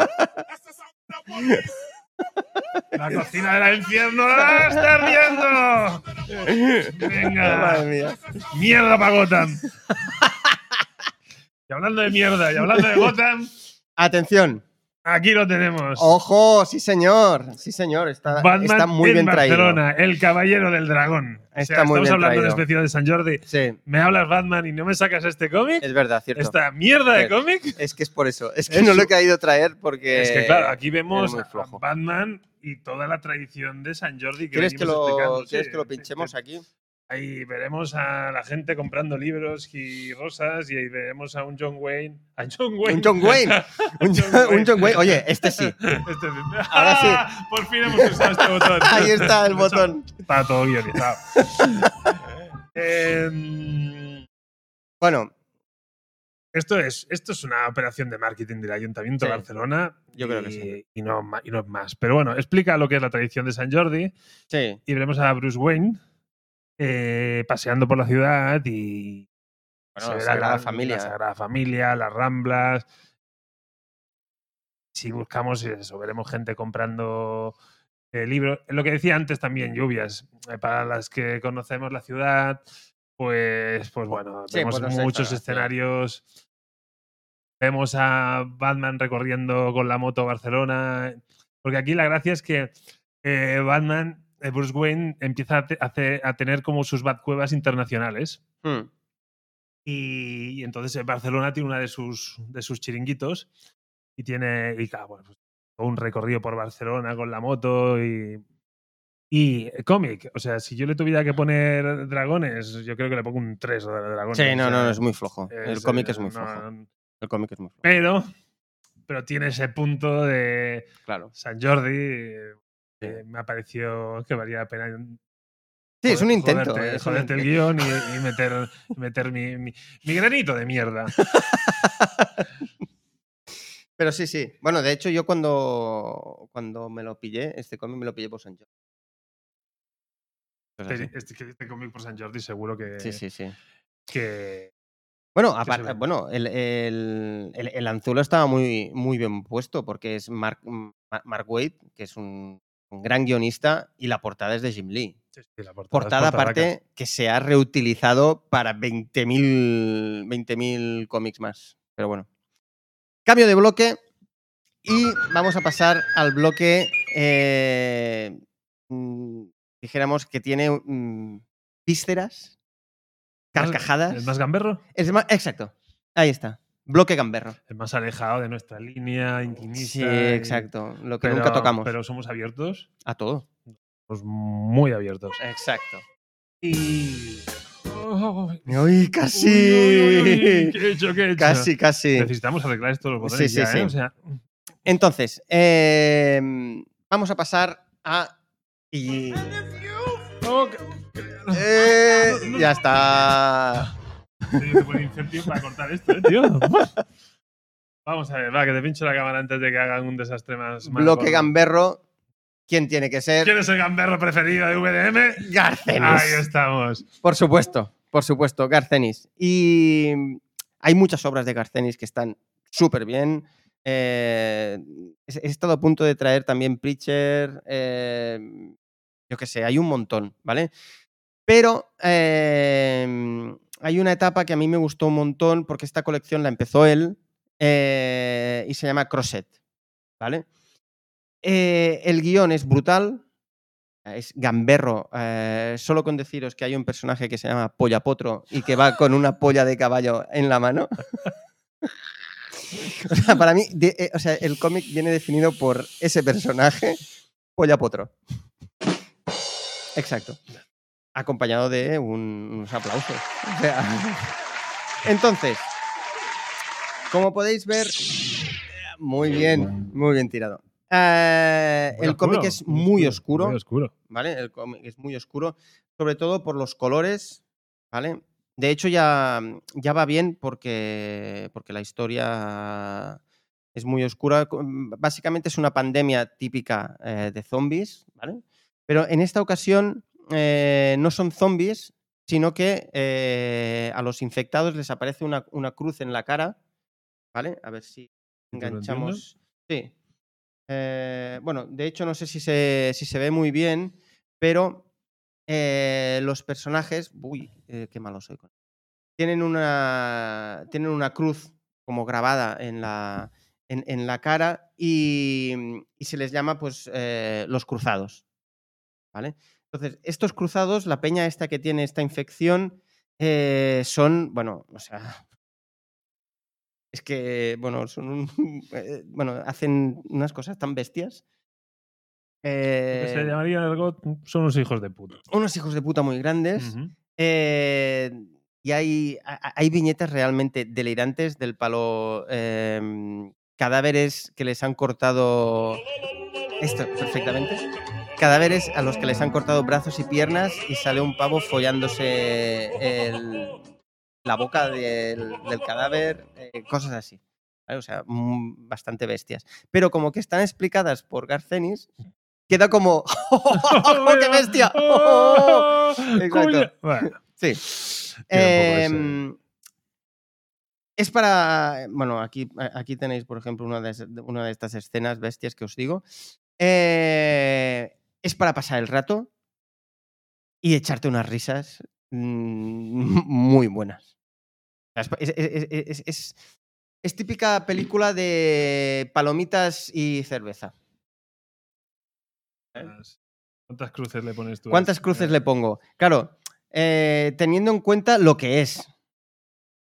[SPEAKER 2] La cocina del infierno ¡ah, está ardiendo. Venga,
[SPEAKER 3] Madre mía.
[SPEAKER 2] mierda para Gotham. Y hablando de mierda y hablando de Gotham,
[SPEAKER 3] Atención.
[SPEAKER 2] aquí lo tenemos.
[SPEAKER 3] Ojo, sí señor. Sí señor. Está,
[SPEAKER 2] Batman
[SPEAKER 3] Oh, está muy
[SPEAKER 2] en
[SPEAKER 3] bien traído.
[SPEAKER 2] Barcelona, el caballero del dragón. O sea,
[SPEAKER 3] Está
[SPEAKER 2] estamos
[SPEAKER 3] muy bien
[SPEAKER 2] hablando de
[SPEAKER 3] traído.
[SPEAKER 2] un especial de San Jordi.
[SPEAKER 3] Sí,
[SPEAKER 2] ¿Me hablas Batman y no me sacas este cómic?
[SPEAKER 3] es verdad, cierto.
[SPEAKER 2] ¿Esta mierda de
[SPEAKER 3] Cierto.
[SPEAKER 2] cómic?
[SPEAKER 3] Es que es por eso. Es que
[SPEAKER 2] Es
[SPEAKER 3] no
[SPEAKER 2] su-
[SPEAKER 3] lo he caído traer porque.
[SPEAKER 2] Es que claro, aquí vemos
[SPEAKER 3] muy
[SPEAKER 2] a
[SPEAKER 3] flojo.
[SPEAKER 2] Batman y toda la tradición de San Jordi que
[SPEAKER 3] ¿Quieres que
[SPEAKER 2] venimos explicando,
[SPEAKER 3] lo,
[SPEAKER 2] sí.
[SPEAKER 3] ¿quieres que lo pinchemos aquí?
[SPEAKER 2] Ahí veremos a la gente comprando libros y rosas y ahí veremos a un John Wayne. A John Wayne.
[SPEAKER 3] Un John Wayne. Un
[SPEAKER 2] John
[SPEAKER 3] John, un
[SPEAKER 2] Wayne.
[SPEAKER 3] John Wayne. Oye, este sí.
[SPEAKER 2] Este-
[SPEAKER 3] Ahora sí.
[SPEAKER 2] ¡Ah! Por fin hemos usado este botón.
[SPEAKER 3] Ahí está el
[SPEAKER 2] Lo he hecho-
[SPEAKER 3] botón.
[SPEAKER 2] Está todo guionizado. Em,
[SPEAKER 3] Bueno,
[SPEAKER 2] esto, es, esto es una operación de marketing del Ayuntamiento de
[SPEAKER 3] Sí.
[SPEAKER 2] Barcelona.
[SPEAKER 3] Yo creo que
[SPEAKER 2] y-
[SPEAKER 3] sí.
[SPEAKER 2] Y no, ma- y no más. Pero bueno, explica lo que es la tradición de San Jordi.
[SPEAKER 3] sí.
[SPEAKER 2] y veremos a Bruce Wayne eh, paseando por la ciudad y
[SPEAKER 3] Bueno, la
[SPEAKER 2] ve
[SPEAKER 3] Sagrada
[SPEAKER 2] gran-
[SPEAKER 3] Familia. ¿eh?
[SPEAKER 2] la Sagrada Familia, las Ramblas. Si buscamos eso, veremos gente comprando eh, libros. Lo que decía antes también, lluvias. Eh, para las que conocemos la ciudad, pues, pues bueno,
[SPEAKER 3] Sí,
[SPEAKER 2] vemos
[SPEAKER 3] pues no sé,
[SPEAKER 2] muchos
[SPEAKER 3] claro, sí.
[SPEAKER 2] escenarios. Vemos a Batman recorriendo con la moto Barcelona. Porque aquí la gracia es que eh, Batman, eh, Bruce Wayne, empieza a, te- a hacer- a tener como sus Batcuevas internacionales.
[SPEAKER 3] Hmm.
[SPEAKER 2] Y, y entonces eh, Barcelona tiene una de sus, de sus chiringuitos y tiene y claro, bueno, pues, todo un recorrido por Barcelona con la moto y, y eh, cómic. O sea, si yo le tuviera que poner dragones, yo creo que le pongo un 3 de dragones.
[SPEAKER 3] Sí,
[SPEAKER 2] o
[SPEAKER 3] no,
[SPEAKER 2] sea,
[SPEAKER 3] no, no, es muy flojo. el
[SPEAKER 2] es,
[SPEAKER 3] cómic
[SPEAKER 2] eh,
[SPEAKER 3] es muy
[SPEAKER 2] no,
[SPEAKER 3] flojo.
[SPEAKER 2] no,
[SPEAKER 3] El cómic es muy flojo.
[SPEAKER 2] pero, pero tiene ese punto de
[SPEAKER 3] Claro.
[SPEAKER 2] San Jordi. eh, que me ha parecido que valía la pena
[SPEAKER 3] Sí, es un
[SPEAKER 2] Joder-
[SPEAKER 3] intento. eh,
[SPEAKER 2] Joderte,
[SPEAKER 3] es un
[SPEAKER 2] joderte el
[SPEAKER 3] intento.
[SPEAKER 2] guión y, y meter, meter mi, mi- mi granito de mierda.
[SPEAKER 3] Pero sí, sí. Bueno, de hecho, yo cuando, cuando me lo pillé, este cómic me lo pillé por San Jordi. Pues
[SPEAKER 2] Este,
[SPEAKER 3] así.
[SPEAKER 2] este que este cómic por San Jordi seguro que,
[SPEAKER 3] Sí, sí, sí.
[SPEAKER 2] que
[SPEAKER 3] Bueno,
[SPEAKER 2] se
[SPEAKER 3] aparte,
[SPEAKER 2] vende.
[SPEAKER 3] bueno, el, el, el- el anzuelo estaba muy, muy bien puesto porque es Mark, Ma- Mark Waid, que es un, un gran guionista, y la portada es de Jim Lee.
[SPEAKER 2] sí, sí, la portada, es
[SPEAKER 3] Portada
[SPEAKER 2] portarraca.
[SPEAKER 3] aparte que se ha reutilizado para 20.000 20.000 cómics más. Pero bueno. Cambio de bloque y vamos a pasar al bloque, eh, mm, dijéramos, que tiene mm,
[SPEAKER 2] Más-
[SPEAKER 3] vísceras, carcajadas.
[SPEAKER 2] Es más gamberro,
[SPEAKER 3] Es ma- exacto. Ahí está. Bloque gamberro.
[SPEAKER 2] es más alejado de nuestra línea intimista.
[SPEAKER 3] Sí,
[SPEAKER 2] y-
[SPEAKER 3] exacto. Lo que
[SPEAKER 2] pero-
[SPEAKER 3] nunca tocamos.
[SPEAKER 2] Pero somos abiertos,
[SPEAKER 3] A todo.
[SPEAKER 2] somos muy abiertos.
[SPEAKER 3] Exacto.
[SPEAKER 2] Y... Oh, uy,
[SPEAKER 3] ¡Uy,
[SPEAKER 2] uy, uy,
[SPEAKER 3] casi!
[SPEAKER 2] ¿Qué he hecho? ¿Qué he hecho?
[SPEAKER 3] Casi, casi.
[SPEAKER 2] Necesitamos arreglar estos los botones
[SPEAKER 3] Sí, sí,
[SPEAKER 2] ya,
[SPEAKER 3] sí.
[SPEAKER 2] ¿eh? O sea,
[SPEAKER 3] Entonces, eh, vamos a pasar a. Y.
[SPEAKER 2] oh, que-
[SPEAKER 3] Eh, ya está.
[SPEAKER 2] Tengo que poner incentivo para cortar esto, ¿eh, tío. Vamos a ver, va, que te pincho la cámara antes de que hagan un desastre más. más
[SPEAKER 3] Bloque
[SPEAKER 2] gordo.
[SPEAKER 3] gamberro. ¿Quién tiene que ser?
[SPEAKER 2] ¿Quién es el gamberro preferido de VDM? Ahí
[SPEAKER 3] Garcenis.
[SPEAKER 2] estamos.
[SPEAKER 3] Por supuesto, por supuesto, Garcenis. Y hay muchas obras de Garcenis que están súper bien. Eh, he he estado a punto de traer también Preacher. eh, yo qué sé, hay un montón, ¿vale? Pero eh, hay una etapa que a mí me gustó un montón porque esta colección la empezó él eh, y se llama Crosset, ¿vale? Eh, el guión es brutal, es gamberro. eh, solo con deciros que hay un personaje que se llama Polla Potro y que va con una polla de caballo en la mano. o sea, para mí, de- eh, o sea, el cómic viene definido por ese personaje, Polla Potro. Exacto. Acompañado de un- unos aplausos. O sea, entonces, Como podéis ver, muy bien, muy bien tirado. Eh,
[SPEAKER 2] Muy
[SPEAKER 3] el
[SPEAKER 2] oscuro,
[SPEAKER 3] cómic es muy
[SPEAKER 2] Muy
[SPEAKER 3] oscuro,
[SPEAKER 2] oscuro.
[SPEAKER 3] ¿vale? El cómic es muy oscuro, sobre todo por los colores, ¿vale? De hecho, ya, ya va bien porque, porque la historia es muy oscura. Co- mm, Básicamente es una pandemia típica eh, de zombies, ¿vale? Pero en esta ocasión eh, no son zombies, sino que eh, a los infectados les aparece una, una cruz en la cara, ¿vale? A ver si
[SPEAKER 2] ¿Que te lo
[SPEAKER 3] enganchamos. Sí. Eh, bueno, de hecho no sé si se, si se ve muy bien, pero eh, los personajes... Uy, eh, qué malo soy. con- Tienen una, tienen una cruz como grabada en la, en, en la cara y, mm, y se les llama pues eh, los cruzados. ¿Vale? Entonces, estos cruzados, la peña esta que tiene esta infección, eh, son, bueno, o sea, es que, bueno, son un- eh, bueno, hacen unas cosas tan bestias.
[SPEAKER 2] Lo que se
[SPEAKER 3] Eh,
[SPEAKER 2] llamaría en argot, son unos hijos de puta.
[SPEAKER 3] unos hijos de puta muy grandes.
[SPEAKER 2] Ujú.
[SPEAKER 3] Eh, y hay, ha- ha- hay viñetas realmente delirantes del palo. em, cadáveres que les han cortado. Esto, perfectamente. Cadáveres a los que les han cortado brazos y piernas y sale un pavo follándose el- la boca del, del cadáver, eh, cosas así. ¿vale? O sea, mm, bastante bestias. Pero como que están explicadas por Garcenis, queda como. ¡Oh, ¡Qué bestia!
[SPEAKER 2] ¡Oh!
[SPEAKER 3] Exacto.
[SPEAKER 2] ¡Coño! Bueno,
[SPEAKER 3] Sí.
[SPEAKER 2] Tiene un poco ese-
[SPEAKER 3] Em, es para. Bueno, aquí, a- aquí tenéis, por ejemplo, una de, es- una de estas escenas bestias que os digo. Eh, es para pasar el rato y echarte unas risas mm, muy buenas. O sea, Es, pa- es- es- es- es- es- es típica película de palomitas y cerveza.
[SPEAKER 2] ¿Cuántas cruces le pones tú? a
[SPEAKER 3] ¿Cuántas
[SPEAKER 2] esto?
[SPEAKER 3] cruces
[SPEAKER 2] Eh,
[SPEAKER 3] le pongo? Claro, eh, teniendo en cuenta lo que es.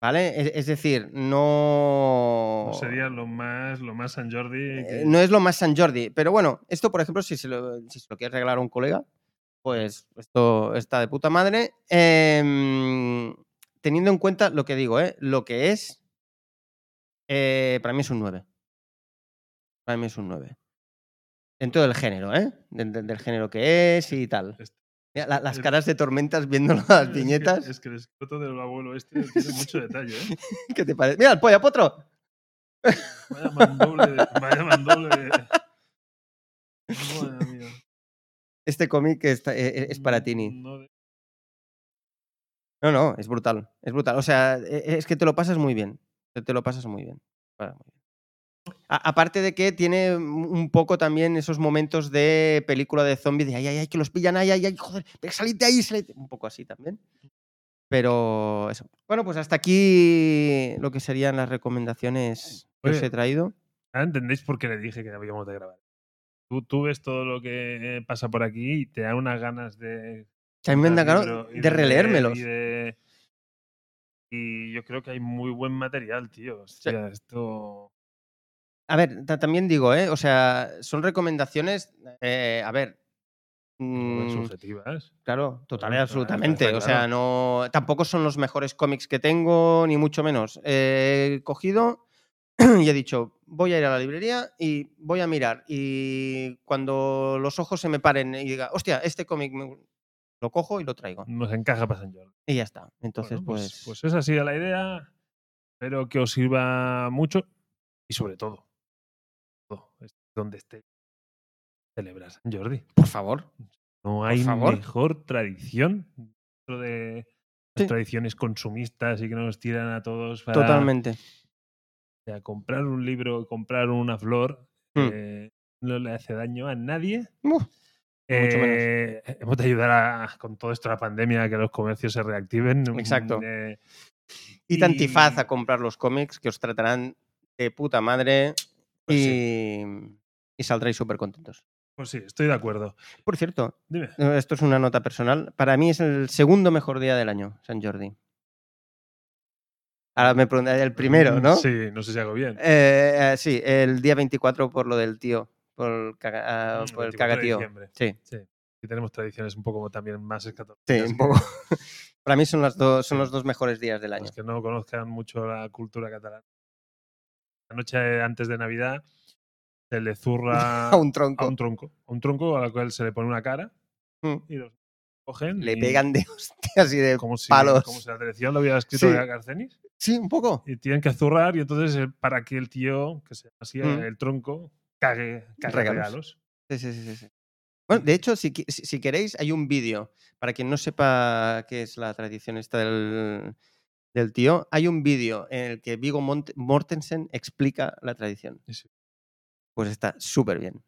[SPEAKER 3] ¿Vale? Es, es decir, no.
[SPEAKER 2] no sería lo más, lo más San Jordi.
[SPEAKER 3] Eh,
[SPEAKER 2] que-
[SPEAKER 3] no es lo más San Jordi. Pero bueno, esto, por ejemplo, si se lo, si se lo quieres regalar a un colega, pues esto está de puta madre. Em, teniendo en cuenta lo que digo, ¿eh? lo que es, eh, para mí es un 9. Para mí es un 9. Dentro del género, ¿eh? De- de- del género que es y tal.
[SPEAKER 2] Este-
[SPEAKER 3] Mira, la- las
[SPEAKER 2] el-
[SPEAKER 3] caras de tormentas viendo
[SPEAKER 2] Es
[SPEAKER 3] las
[SPEAKER 2] que-
[SPEAKER 3] viñetas.
[SPEAKER 2] Es que, el escroto del abuelo este tiene mucho detalle, ¿eh?
[SPEAKER 3] ¿Qué te parece? Mira, el polla potro.
[SPEAKER 2] Vaya mandoble. de- Vaya mandoble. de- Madre mía.
[SPEAKER 3] Este cómic está- e- e- es
[SPEAKER 2] Mm,
[SPEAKER 3] para Tini.
[SPEAKER 2] No de-
[SPEAKER 3] No, no, es brutal. Es brutal. O sea, e- es que te lo pasas muy bien. Te- Te lo pasas muy bien. para- muy bien. A- aparte de que tiene un un poco también esos momentos de película de zombies de ay, ay, ay, que los pillan, ay, ay, ay, joder, ve, salid de ahí, salid. de-". Un poco así también. Pero eso. Bueno, pues hasta aquí lo que serían las recomendaciones que os
[SPEAKER 2] Oye.
[SPEAKER 3] he traído.
[SPEAKER 2] Ahora entendéis por qué le dije que habíamos de grabar. Tú, tú ves todo lo que eh, pasa por aquí y te dan unas ganas de
[SPEAKER 3] O sea, a mí me dan ganas
[SPEAKER 2] libro y
[SPEAKER 3] de
[SPEAKER 2] leer
[SPEAKER 3] releérmelos.
[SPEAKER 2] Y, de- y yo creo que hay muy buen material, tío. Hostia, esto.
[SPEAKER 3] A ver, ta- también digo, ¿eh? O sea, son recomendaciones. eh, a ver.
[SPEAKER 2] muy
[SPEAKER 3] mm,
[SPEAKER 2] subjetivas.
[SPEAKER 3] Claro, total y
[SPEAKER 2] claro,
[SPEAKER 3] absolutamente.
[SPEAKER 2] está
[SPEAKER 3] O sea,
[SPEAKER 2] claro.
[SPEAKER 3] no, tampoco son los mejores cómics que tengo, ni mucho menos. He cogido y he dicho, voy a ir a la librería y voy a mirar. Y cuando los ojos se me paren y diga, hostia, este cómic me gu-", lo cojo y lo traigo.
[SPEAKER 2] Nos encaja para San Jordi.
[SPEAKER 3] Y ya está. Entonces,
[SPEAKER 2] Bueno,
[SPEAKER 3] pues,
[SPEAKER 2] pues esa ha sido la idea. Espero que os sirva mucho y sobre todo, todo, es donde esté, celebra San Jordi.
[SPEAKER 3] por favor.
[SPEAKER 2] No hay
[SPEAKER 3] favor.
[SPEAKER 2] mejor tradición dentro de las
[SPEAKER 3] Sí.
[SPEAKER 2] tradiciones consumistas y que nos tiran a todos para
[SPEAKER 3] Totalmente.
[SPEAKER 2] o sea, comprar un libro, comprar una flor,
[SPEAKER 3] Mm.
[SPEAKER 2] eh, no le hace daño a nadie.
[SPEAKER 3] Uf, Mucho menos.
[SPEAKER 2] Eh, hemos de ayudar a- con todo esto de la pandemia a que los comercios se reactiven.
[SPEAKER 3] Exacto.
[SPEAKER 2] Eh,
[SPEAKER 3] Y antifaz
[SPEAKER 2] y-
[SPEAKER 3] a comprar los cómics que os tratarán de puta madre
[SPEAKER 2] Pues
[SPEAKER 3] y,
[SPEAKER 2] sí.
[SPEAKER 3] y saldréis súper contentos.
[SPEAKER 2] Pues sí, estoy de acuerdo.
[SPEAKER 3] Por cierto,
[SPEAKER 2] Dime.
[SPEAKER 3] No, Eh, Esto es una nota personal. Para mí es el segundo mejor día del año, San Jordi. Ahora me preguntaré el primero, ¿no?
[SPEAKER 2] Mm, Sí, no sé si hago bien.
[SPEAKER 3] Eh, eh, sí, el día 24 por lo del tío, por el, caga- ah,
[SPEAKER 2] Mm,
[SPEAKER 3] por
[SPEAKER 2] 24
[SPEAKER 3] el
[SPEAKER 2] de
[SPEAKER 3] cagatío.
[SPEAKER 2] diciembre.
[SPEAKER 3] Sí,
[SPEAKER 2] Y tenemos tradiciones un poco también más
[SPEAKER 3] sí,
[SPEAKER 2] escatológicas.
[SPEAKER 3] un
[SPEAKER 2] que-
[SPEAKER 3] poco.
[SPEAKER 2] Pues
[SPEAKER 3] Para mí son, las dos, son los dos mejores días del año.
[SPEAKER 2] Los que no conozcan mucho la cultura catalana. la noche antes de Navidad se le zurra
[SPEAKER 3] A un tronco.
[SPEAKER 2] a un tronco. A un tronco al cual se le pone una cara
[SPEAKER 3] Mm.
[SPEAKER 2] y los cogen.
[SPEAKER 3] Le
[SPEAKER 2] y-
[SPEAKER 3] pegan de hostias y de.
[SPEAKER 2] como si,
[SPEAKER 3] palos.
[SPEAKER 2] Como si la dirección lo hubiera escrito
[SPEAKER 3] Sí.
[SPEAKER 2] a Garcenis.
[SPEAKER 3] Sí, un poco.
[SPEAKER 2] Y tienen que zurrar y entonces eh, para que el tío, que se llama así,
[SPEAKER 3] Mm.
[SPEAKER 2] el tronco, cague, cague
[SPEAKER 3] Regalos.
[SPEAKER 2] regalos.
[SPEAKER 3] Sí, sí, sí, sí, sí. Bueno, de hecho, si, qui- si- si queréis, hay un vídeo. Para quien no sepa qué es la tradición esta del, del tío, hay un vídeo en el que Vigo Mortensen explica la tradición.
[SPEAKER 2] Sí, sí.
[SPEAKER 3] Pues está súper bien.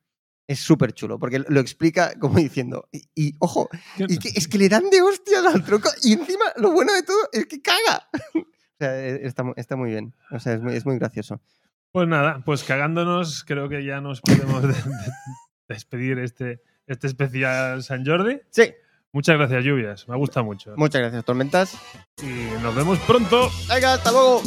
[SPEAKER 3] Es súper chulo, porque lo explica como diciendo, y, y, ojo, y que- es que le dan de hostias al tronco, y encima lo bueno de todo es que caga. O sea, e- está, mu- está muy bien, o sea, es muy, es muy gracioso.
[SPEAKER 2] Pues nada, pues cagándonos, creo que ya nos podemos de- de- despedir este, este especial San Jordi.
[SPEAKER 3] Sí,
[SPEAKER 2] Muchas gracias, Lluvias. Me gusta mucho.
[SPEAKER 3] muchas gracias, Tormentas.
[SPEAKER 2] Y nos vemos pronto.
[SPEAKER 3] Venga, hasta luego.